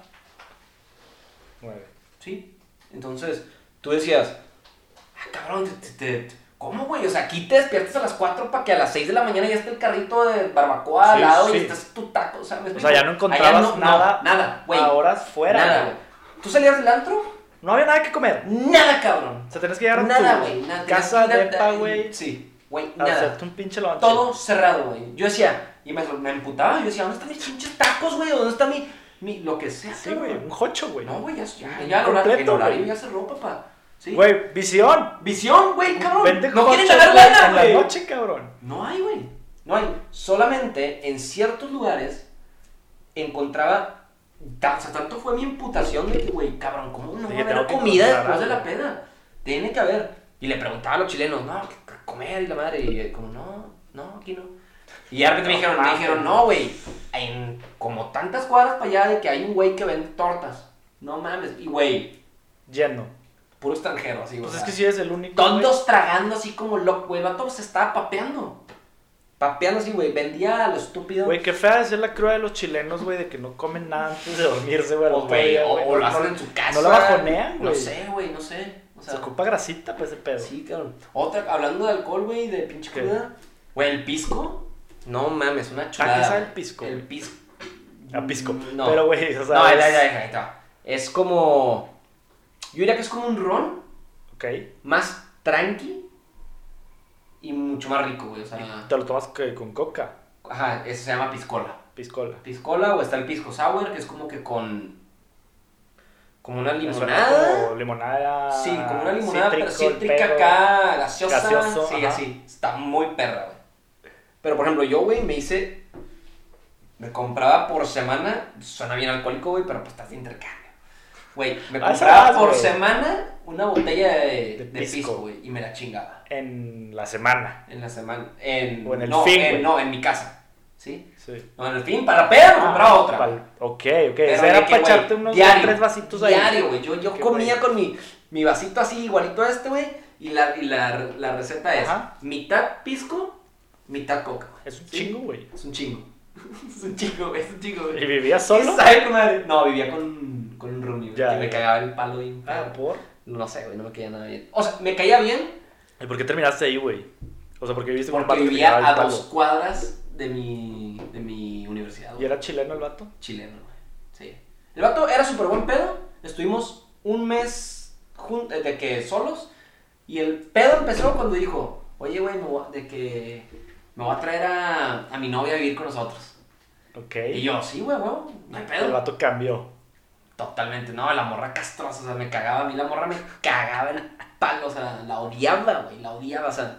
Speaker 2: Nueve.
Speaker 3: Sí. Entonces, tú decías, ah, cabrón, te- te- te- ¿cómo, güey? O sea, aquí te despiertas a las 4 para que a las 6 de la mañana ya esté el carrito de barbacoa al
Speaker 2: Sí,
Speaker 3: lado
Speaker 2: sí.
Speaker 3: y estás tu taco, o sea, ¿me
Speaker 2: O
Speaker 3: explico?
Speaker 2: sea, ya no
Speaker 3: Allá
Speaker 2: encontrabas
Speaker 3: no- no,
Speaker 2: nada.
Speaker 3: nada, güey.
Speaker 2: A horas fuera.
Speaker 3: Nada,
Speaker 2: güey.
Speaker 3: güey. ¿Tú salías del antro?
Speaker 2: No había nada que comer.
Speaker 3: Nada, cabrón.
Speaker 2: O sea, tenías que llegar a
Speaker 3: nada,
Speaker 2: tu
Speaker 3: güey. Nada.
Speaker 2: casa
Speaker 3: Nada,
Speaker 2: de pa, güey.
Speaker 3: Sí, güey,
Speaker 2: a
Speaker 3: nada.
Speaker 2: Hacerte un pinche lonche.
Speaker 3: Todo cerrado, güey. Yo decía, y me, me emputaba, yo decía, ¿dónde están mis pinches tacos, güey? ¿Dónde está mi, mi, lo que sea,
Speaker 2: Sí,
Speaker 3: cabrón?
Speaker 2: güey. Un jocho, güey.
Speaker 3: No, güey, ya, ya,
Speaker 2: Un
Speaker 3: ya el horario-
Speaker 2: completo,
Speaker 3: el horario
Speaker 2: güey.
Speaker 3: ya cerró, papá. ¿Sí?
Speaker 2: Güey, visión.
Speaker 3: Visión, güey, cabrón.
Speaker 2: Vente
Speaker 3: no
Speaker 2: jochos,
Speaker 3: quieren saber
Speaker 2: güey,
Speaker 3: lana,
Speaker 2: en la
Speaker 3: güey.
Speaker 2: noche, cabrón.
Speaker 3: No hay, güey. No hay. Solamente en ciertos lugares encontraba. ta- O sea, tanto fue mi imputación de que, güey, cabrón, ¿cómo no
Speaker 2: Sí,
Speaker 3: va
Speaker 2: que
Speaker 3: a
Speaker 2: tengo
Speaker 3: haber
Speaker 2: que
Speaker 3: comida
Speaker 2: encontrar
Speaker 3: después
Speaker 2: algo.
Speaker 3: de la peda? Tiene que haber. Y le preguntaba a los chilenos, no, ¿qué- qué comer y la madre. Y eh, como, no, no, aquí no. Y de repente me dijeron, me dijeron, no, güey, en como tantas cuadras para allá de que hay un güey que vende tortas. No mames. Y, güey,
Speaker 2: Lleno.
Speaker 3: puro extranjero, así,
Speaker 2: Pues
Speaker 3: o
Speaker 2: es
Speaker 3: sea.
Speaker 2: que si eres el único. güey.
Speaker 3: Tontos tragando así como loco, güey. El vato se estaba papeando. Papeando así, güey. Vendía a lo estúpido.
Speaker 2: Güey, qué fea es la cruda de los chilenos, güey, de que no comen nada antes de dormirse, güey. al
Speaker 3: o,
Speaker 2: otro
Speaker 3: güey,
Speaker 2: día,
Speaker 3: o,
Speaker 2: güey.
Speaker 3: o lo
Speaker 2: No,
Speaker 3: hacen
Speaker 2: no,
Speaker 3: en su casa.
Speaker 2: No lo bajonean, güey.
Speaker 3: No sé, güey, no sé. O
Speaker 2: Se
Speaker 3: sea,
Speaker 2: ocupa grasita, pues, ese pedo.
Speaker 3: sí, cabrón. Otra, hablando de alcohol, güey, de pinche
Speaker 2: ¿Qué?
Speaker 3: cruda. Güey, el pisco. No mames, una
Speaker 2: chulada,
Speaker 3: chulada.
Speaker 2: sabe el pisco,
Speaker 3: El
Speaker 2: güey?
Speaker 3: pisco.
Speaker 2: A pisco.
Speaker 3: Mm, No.
Speaker 2: Pero, güey, o sea.
Speaker 3: no, ahí,
Speaker 2: es-
Speaker 3: ahí, ahí, ahí está. Es como. Yo diría que es como un ron
Speaker 2: Ok.
Speaker 3: más tranqui. y mucho más rico, güey. O sea,
Speaker 2: Te lo tomas que con coca,
Speaker 3: ajá, eso se llama piscola.
Speaker 2: piscola.
Speaker 3: Piscola o está el pisco sour, que es como que con. Como una
Speaker 2: Me suena
Speaker 3: limonada.
Speaker 2: como limonada.
Speaker 3: Sí, como una limonada, pero
Speaker 2: cítrico, el
Speaker 3: cítrica
Speaker 2: pedo.
Speaker 3: acá, gaseosa.
Speaker 2: gaseoso,
Speaker 3: sí,
Speaker 2: ajá.
Speaker 3: así. Está muy perra, güey. Pero por ejemplo, yo, güey, me hice. Me compraba por semana. Suena bien alcohólico, güey, pero pues estás de intercambio. Güey, me
Speaker 2: Ah,
Speaker 3: compraba
Speaker 2: esas,
Speaker 3: por
Speaker 2: güey.
Speaker 3: semana una botella de,
Speaker 2: De
Speaker 3: de
Speaker 2: pisco.
Speaker 3: pisco, güey, y me la chingaba.
Speaker 2: En la semana.
Speaker 3: En la semana. En,
Speaker 2: O en el
Speaker 3: no,
Speaker 2: fin,
Speaker 3: en-
Speaker 2: güey.
Speaker 3: no, en mi casa. ¿Sí?
Speaker 2: Sí.
Speaker 3: No, en el fin, para pedo,
Speaker 2: Ah,
Speaker 3: me compraba otra.
Speaker 2: Pal- ok, ok.
Speaker 3: Pero
Speaker 2: Esa era
Speaker 3: de que,
Speaker 2: para
Speaker 3: güey,
Speaker 2: echarte unos dos,
Speaker 3: diario,
Speaker 2: tres vasitos ahí.
Speaker 3: Diario, güey. Yo, yo
Speaker 2: Qué
Speaker 3: comía
Speaker 2: güey.
Speaker 3: con mi, mi vasito así, igualito a este, güey. Y la, y la, la receta es
Speaker 2: Ajá.
Speaker 3: mitad pisco, mitad coca, güey.
Speaker 2: Es un
Speaker 3: Sí.
Speaker 2: chingo, güey.
Speaker 3: Es un chingo. es un chingo, güey. Es un chingo,
Speaker 2: ¿Y
Speaker 3: güey.
Speaker 2: vivías solo?
Speaker 3: ¿Y sabe con madre? No, vivía con, con un roomie, güey.
Speaker 2: Ya,
Speaker 3: Que me
Speaker 2: ya.
Speaker 3: cagaba el palo bien.
Speaker 2: Ah, ¿por?
Speaker 3: No sé, güey. No me caía nada bien. O sea, me caía bien
Speaker 2: ¿Y por qué terminaste ahí, güey? O sea, porque viviste con un
Speaker 3: porque
Speaker 2: vato que
Speaker 3: vivía
Speaker 2: te
Speaker 3: a
Speaker 2: cagaba el
Speaker 3: dos cuadras de mi, de mi universidad,
Speaker 2: palo.
Speaker 3: güey.
Speaker 2: ¿Y era chileno el vato?
Speaker 3: chileno, güey. Sí. El vato era súper buen pedo. Estuvimos un mes jun- eh, de que solos. Y el pedo empezó cuando dijo, oye, güey, me voy a- de que me voy a traer a, a mi novia a vivir con nosotros.
Speaker 2: Ok.
Speaker 3: Y yo, sí, güey, güey, no hay
Speaker 2: El
Speaker 3: pedo.
Speaker 2: vato cambió.
Speaker 3: Totalmente, no, la morra castrosa, o sea, me cagaba a mí, la morra me cagaba el palo, o sea, la odiaba, güey, la odiaba, o sea.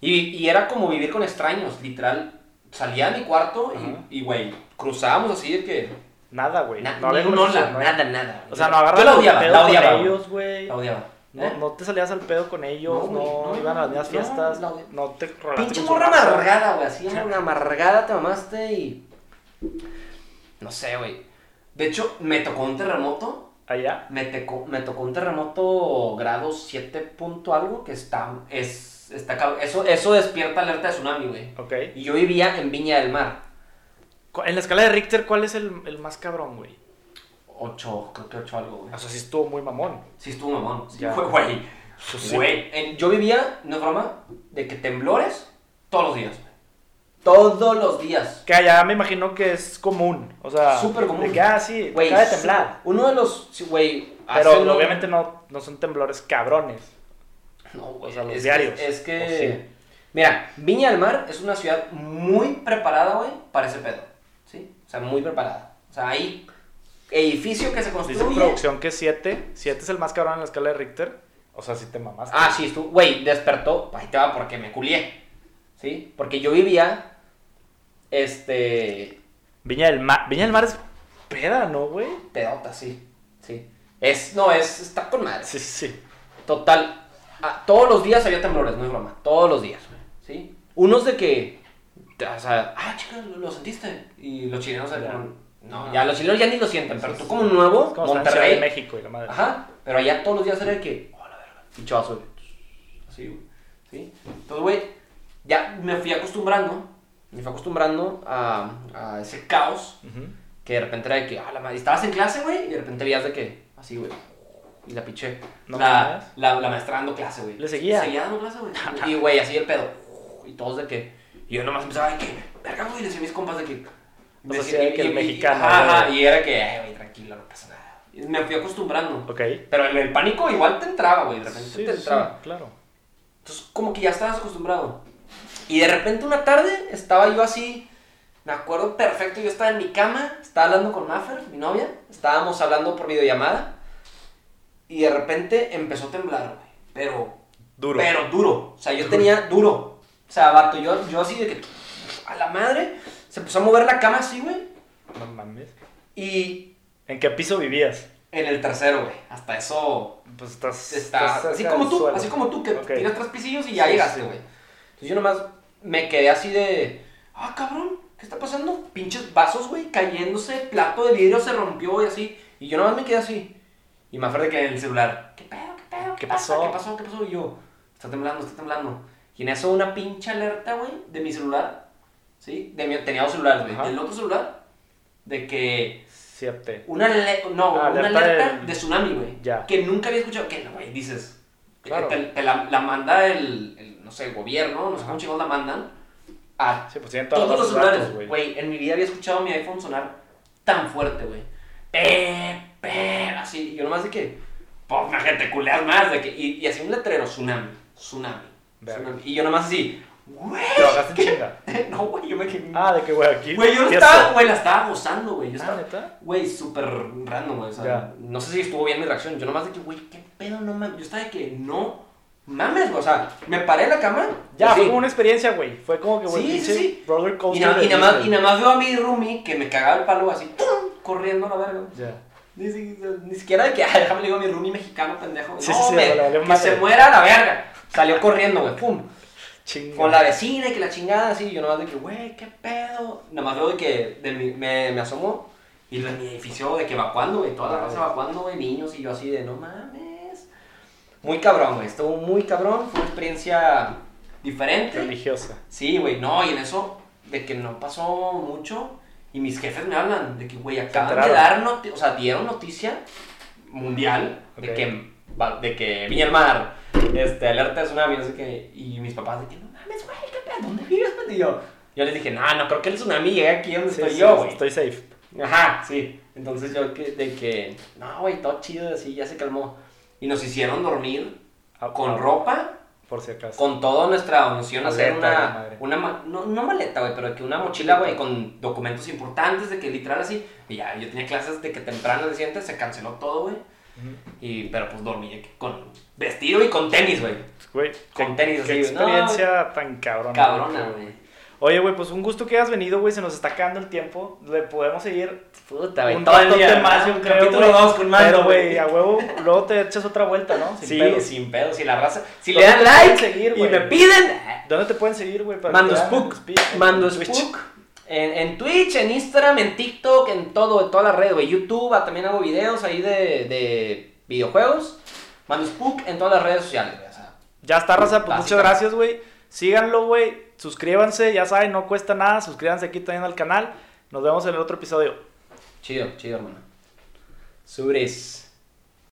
Speaker 3: Y, y era como vivir con extraños, literal. Salía de mi cuarto
Speaker 2: Ajá.
Speaker 3: y, y, güey, cruzábamos así de que
Speaker 2: Nada, güey.
Speaker 3: Na-
Speaker 2: había
Speaker 3: ni un hola,
Speaker 2: conversación, no había-
Speaker 3: nada, nada.
Speaker 2: O sea, no
Speaker 3: Yo
Speaker 2: agarraban
Speaker 3: la odiaba,
Speaker 2: pedo
Speaker 3: la
Speaker 2: con
Speaker 3: odiaba.
Speaker 2: ellos, güey.
Speaker 3: La odiaba. ¿Eh?
Speaker 2: No, no te salías al pedo con ellos,
Speaker 3: No,
Speaker 2: no,
Speaker 3: güey, no,
Speaker 2: iban a las mismas
Speaker 3: no,
Speaker 2: fiestas,
Speaker 3: la
Speaker 2: no,
Speaker 3: odiaba.
Speaker 2: te relacionaste
Speaker 3: Pinche
Speaker 2: con su
Speaker 3: morra
Speaker 2: raza.
Speaker 3: amargada, güey. Así, una amargada te mamaste y. No sé, güey. De hecho, me tocó un terremoto.
Speaker 2: Allá,
Speaker 3: Me, tecó- me tocó un terremoto grado 7 punto algo que está. Es, está cab- eso, eso despierta alerta de tsunami, güey.
Speaker 2: ok.
Speaker 3: Y yo vivía en Viña del Mar.
Speaker 2: Cu- En la escala de Richter, ¿cuál es el, el más cabrón, güey?
Speaker 3: 8, creo que 8 algo, güey.
Speaker 2: O sea, sí estuvo muy mamón.
Speaker 3: Sí, estuvo mamón. Sí,
Speaker 2: Ya.
Speaker 3: fue, güey.
Speaker 2: Pues sí.
Speaker 3: Güey, en- yo vivía, no es broma, de que temblores todos los días. güey. Todos los días.
Speaker 2: Que allá me imagino que es común, o sea...
Speaker 3: Súper común.
Speaker 2: De que, ah, sí,
Speaker 3: Güey,
Speaker 2: acaba de temblar.
Speaker 3: sí, Uno de los, sí, güey. hace
Speaker 2: Pero
Speaker 3: no-
Speaker 2: Ah, obviamente no, no son temblores cabrones.
Speaker 3: No, güey,
Speaker 2: o sea, los
Speaker 3: es
Speaker 2: diarios.
Speaker 3: Que, es que,
Speaker 2: O pues sí.
Speaker 3: mira, Viña del Mar es una ciudad muy preparada, güey, para ese pedo. ¿Sí? O sea, muy preparada. O sea, hay edificio que
Speaker 2: Dice
Speaker 3: se
Speaker 2: en
Speaker 3: construye.
Speaker 2: producción que 7, 7 es el más cabrón en la escala de Richter. O sea, sí te mamaste.
Speaker 3: Ah, sí, estuvo, güey, despertó. Ahí te va porque me culié. ¿Sí? Porque yo vivía, este,
Speaker 2: Viña del Mar, Viña del Mar es peda, ¿no, güey?
Speaker 3: Pedota, sí. Sí. Es, no, es, está con madre.
Speaker 2: Sí, sí, sí.
Speaker 3: Total. ah, todos los días había temblores, no es broma. Todos los días, güey. ¿Sí? Unos de que. O sea, ah, chica, lo, lo sentiste. Y los chilenos
Speaker 2: Ya.
Speaker 3: eran. No, ya los chilenos ya ni lo sienten, pero tú como nuevo,
Speaker 2: Es como estar en Ciudad de
Speaker 3: Monterrey.
Speaker 2: México y la madre.
Speaker 3: Ajá. Pero allá todos los días era de que. Oh, la verga. Pinchazo, güey. Así, güey. ¿Sí? Entonces, güey, ya me fui acostumbrando. Me fui acostumbrando a, a ese caos.
Speaker 2: Ujú.
Speaker 3: Que de repente era de que, ah, la madre, estabas en clase, güey, y de repente veías de que, así, güey, y la piché.
Speaker 2: No mames.
Speaker 3: la, la, la maestra dando clase, güey.
Speaker 2: ¿Le seguía?
Speaker 3: Seguía dando clase, güey. Y, güey, así el pedo. Y todos de que, y yo nomás empezaba de que, verga, güey, y le decía a mis compas de que.
Speaker 2: O sea,
Speaker 3: decía-
Speaker 2: sí, de que el mexicano,
Speaker 3: Ajá,
Speaker 2: güey.
Speaker 3: y era que, "Ay, güey, tranquilo, no pasa nada. Y me fui acostumbrando.
Speaker 2: Ok.
Speaker 3: Pero el, el pánico igual te entraba, güey, de repente
Speaker 2: Sí,
Speaker 3: te
Speaker 2: sí,
Speaker 3: entraba.
Speaker 2: claro.
Speaker 3: Entonces, como que ya estabas acostumbrado. Y de repente una tarde estaba yo así, me acuerdo perfecto, yo estaba en mi cama, estaba hablando con Maffer, mi novia, estábamos hablando por videollamada. Y de repente empezó a temblar, güey. Pero
Speaker 2: Duro.
Speaker 3: pero duro. O sea, yo tenía duro. O sea, vato, yo, yo así de que a la madre se empezó a mover la cama así, güey.
Speaker 2: No mames.
Speaker 3: Y
Speaker 2: ¿En qué piso vivías?
Speaker 3: en el tercero, güey. Hasta eso
Speaker 2: Pues estás.
Speaker 3: Está,
Speaker 2: estás
Speaker 3: así
Speaker 2: cerca
Speaker 3: como
Speaker 2: del
Speaker 3: tú,
Speaker 2: suelo.
Speaker 3: así como tú, que
Speaker 2: Ok.
Speaker 3: tiras tres pisillos y ya
Speaker 2: Sí,
Speaker 3: llegaste,
Speaker 2: sí.
Speaker 3: güey. Entonces yo nomás me quedé así de, ah, cabrón, ¿qué está pasando? Pinches vasos, güey, cayéndose, plato de vidrio se rompió y así. Y yo nomás me quedé así. Y me aferré que en el celular, ¿qué pedo, qué pedo,
Speaker 2: ¿Qué
Speaker 3: pasa?
Speaker 2: pasó?
Speaker 3: ¿Qué pasó, qué pasó? Y yo, está temblando, está temblando. Y en eso una pinche alerta, güey, de mi celular, ¿sí? De mi, tenía dos celulares,
Speaker 2: Ajá.
Speaker 3: güey. Del otro celular, de que
Speaker 2: Siete.
Speaker 3: una, ale- no,
Speaker 2: Ah,
Speaker 3: una
Speaker 2: alerta
Speaker 3: alerta
Speaker 2: del-
Speaker 3: de tsunami, güey.
Speaker 2: Ya.
Speaker 3: Que nunca había escuchado. Que, güey, dices.
Speaker 2: Claro.
Speaker 3: Te, te la, la manda el, el, no sé, el gobierno, no sé cómo chingados la mandan. A
Speaker 2: Sí, pues tienen todas
Speaker 3: todos
Speaker 2: las
Speaker 3: los
Speaker 2: datos,
Speaker 3: celulares, güey. En mi vida había escuchado mi iPhone sonar tan fuerte, güey. Pe, pe, así. Y yo nomás de que, pues, gente, culeas más. De que, y, y así un letrero, tsunami, tsunami,
Speaker 2: Verga.
Speaker 3: Y yo nomás así, güey.
Speaker 2: Te bajaste en chinga.
Speaker 3: No, güey, yo me quedé.
Speaker 2: Ah, de que, güey, aquí.
Speaker 3: Güey, yo no
Speaker 2: fiesta.
Speaker 3: estaba, güey, la estaba gozando, güey. Yo
Speaker 2: Ah,
Speaker 3: estaba,
Speaker 2: neta.
Speaker 3: güey, súper random, güey. O sea,
Speaker 2: Ya.
Speaker 3: no sé si estuvo bien mi reacción. Yo nomás de que, güey, qué pedo, no mames. Yo estaba de que, no mames, güey. O sea, me paré en la cama.
Speaker 2: Ya,
Speaker 3: así,
Speaker 2: fue como una experiencia, güey. Fue como que, güey,
Speaker 3: Sí, sí,
Speaker 2: pinche
Speaker 3: sí.
Speaker 2: roller
Speaker 3: Y,
Speaker 2: coaster.
Speaker 3: na-
Speaker 2: de
Speaker 3: y nada más, y
Speaker 2: Disney.
Speaker 3: nada más veo a mi roomie que me cagaba el palo así, ¡tum! corriendo a la verga.
Speaker 2: Ya.
Speaker 3: Ni, si- ni siquiera de que, ah, déjame le digo a mi roomie mexicano, pendejo.
Speaker 2: Sí,
Speaker 3: no,
Speaker 2: sí, sí,
Speaker 3: güey,
Speaker 2: vale, vale,
Speaker 3: que
Speaker 2: madre.
Speaker 3: se muera a la verga. Salió corriendo, güey, pum.
Speaker 2: Chinga.
Speaker 3: Con la vecina y que la chingada, así. Yo nada más de que, güey, qué pedo. Nada más veo de que de mi- me, me asomó. Y de mi edificio de que evacuando, güey, toda la raza evacuando, güey, niños. Y yo así de, no mames. Muy cabrón, güey, estuvo muy cabrón. Fue una experiencia diferente.
Speaker 2: Religiosa.
Speaker 3: Sí, güey, no, y en eso, de que no pasó mucho, y mis jefes me hablan de que, güey, acaban de dar
Speaker 2: enteraron.
Speaker 3: noticia, o sea, dieron noticia mundial de
Speaker 2: Ok.
Speaker 3: que, va- de que Viña del Mar, este, alerta de tsunami, no sé qué, y mis papás de que, no mames, güey, ¿qué pedo? ¿Dónde vives, güey? Y yo, yo les dije, no, no creo que el tsunami llegue aquí donde
Speaker 2: Sí,
Speaker 3: estoy
Speaker 2: sí,
Speaker 3: yo, güey.
Speaker 2: Estoy safe.
Speaker 3: Ajá, sí. Entonces yo que- de que, no, güey, todo chido, así, ya se calmó. Y nos hicieron dormir
Speaker 2: Ah,
Speaker 3: con
Speaker 2: ah,
Speaker 3: ropa
Speaker 2: Por si acaso.
Speaker 3: con toda nuestra noción hacer
Speaker 2: Maleta, la
Speaker 3: una,
Speaker 2: madre.
Speaker 3: una ma- no, no maleta, güey, pero que una mochila, güey, con documentos importantes, de que literal así, y ya, yo tenía clases de que temprano al siguiente se canceló todo, güey,
Speaker 2: Ujú.
Speaker 3: y, pero pues dormí de que con vestido y con tenis, güey,
Speaker 2: Güey,
Speaker 3: con tenis,
Speaker 2: qué
Speaker 3: así,
Speaker 2: experiencia tan cabrona.
Speaker 3: cabrona,
Speaker 2: güey.
Speaker 3: güey.
Speaker 2: Oye, güey, pues un gusto que hayas venido, güey. Se nos está acabando el tiempo. Le podemos seguir
Speaker 3: Puta,
Speaker 2: un
Speaker 3: güey, todo el
Speaker 2: ratote
Speaker 3: día,
Speaker 2: más,
Speaker 3: ¿no?
Speaker 2: yo
Speaker 3: Un
Speaker 2: creo,
Speaker 3: capítulo
Speaker 2: güey.
Speaker 3: vamos con más,
Speaker 2: Pero,
Speaker 3: ¿no,
Speaker 2: güey, a huevo, luego te echas otra vuelta, ¿no? Sin
Speaker 3: Sí,
Speaker 2: pedos.
Speaker 3: sin pedo, si la raza, si le
Speaker 2: ¿Dónde
Speaker 3: dan
Speaker 2: te pueden
Speaker 3: like
Speaker 2: seguir,
Speaker 3: y
Speaker 2: güey?
Speaker 3: me piden,
Speaker 2: ¿Dónde te pueden seguir, güey? para
Speaker 3: Mando
Speaker 2: que te vean
Speaker 3: Spook.
Speaker 2: en Speak, en
Speaker 3: Mando
Speaker 2: Twitch?
Speaker 3: Spook. En, en Twitch, en Instagram, en TikTok, en todo, en toda la red, güey. YouTube, ah, también hago videos ahí de, de videojuegos. Mando Spook en todas las redes sociales, güey. o sea.
Speaker 2: Ya está, raza. Pues muchas
Speaker 3: Básicamente.
Speaker 2: gracias, güey. Síganlo, güey. Suscríbanse, ya saben, no cuesta nada. Suscríbanse aquí también al canal. Nos vemos en el otro episodio.
Speaker 3: chido, chido, hermano. Sobres.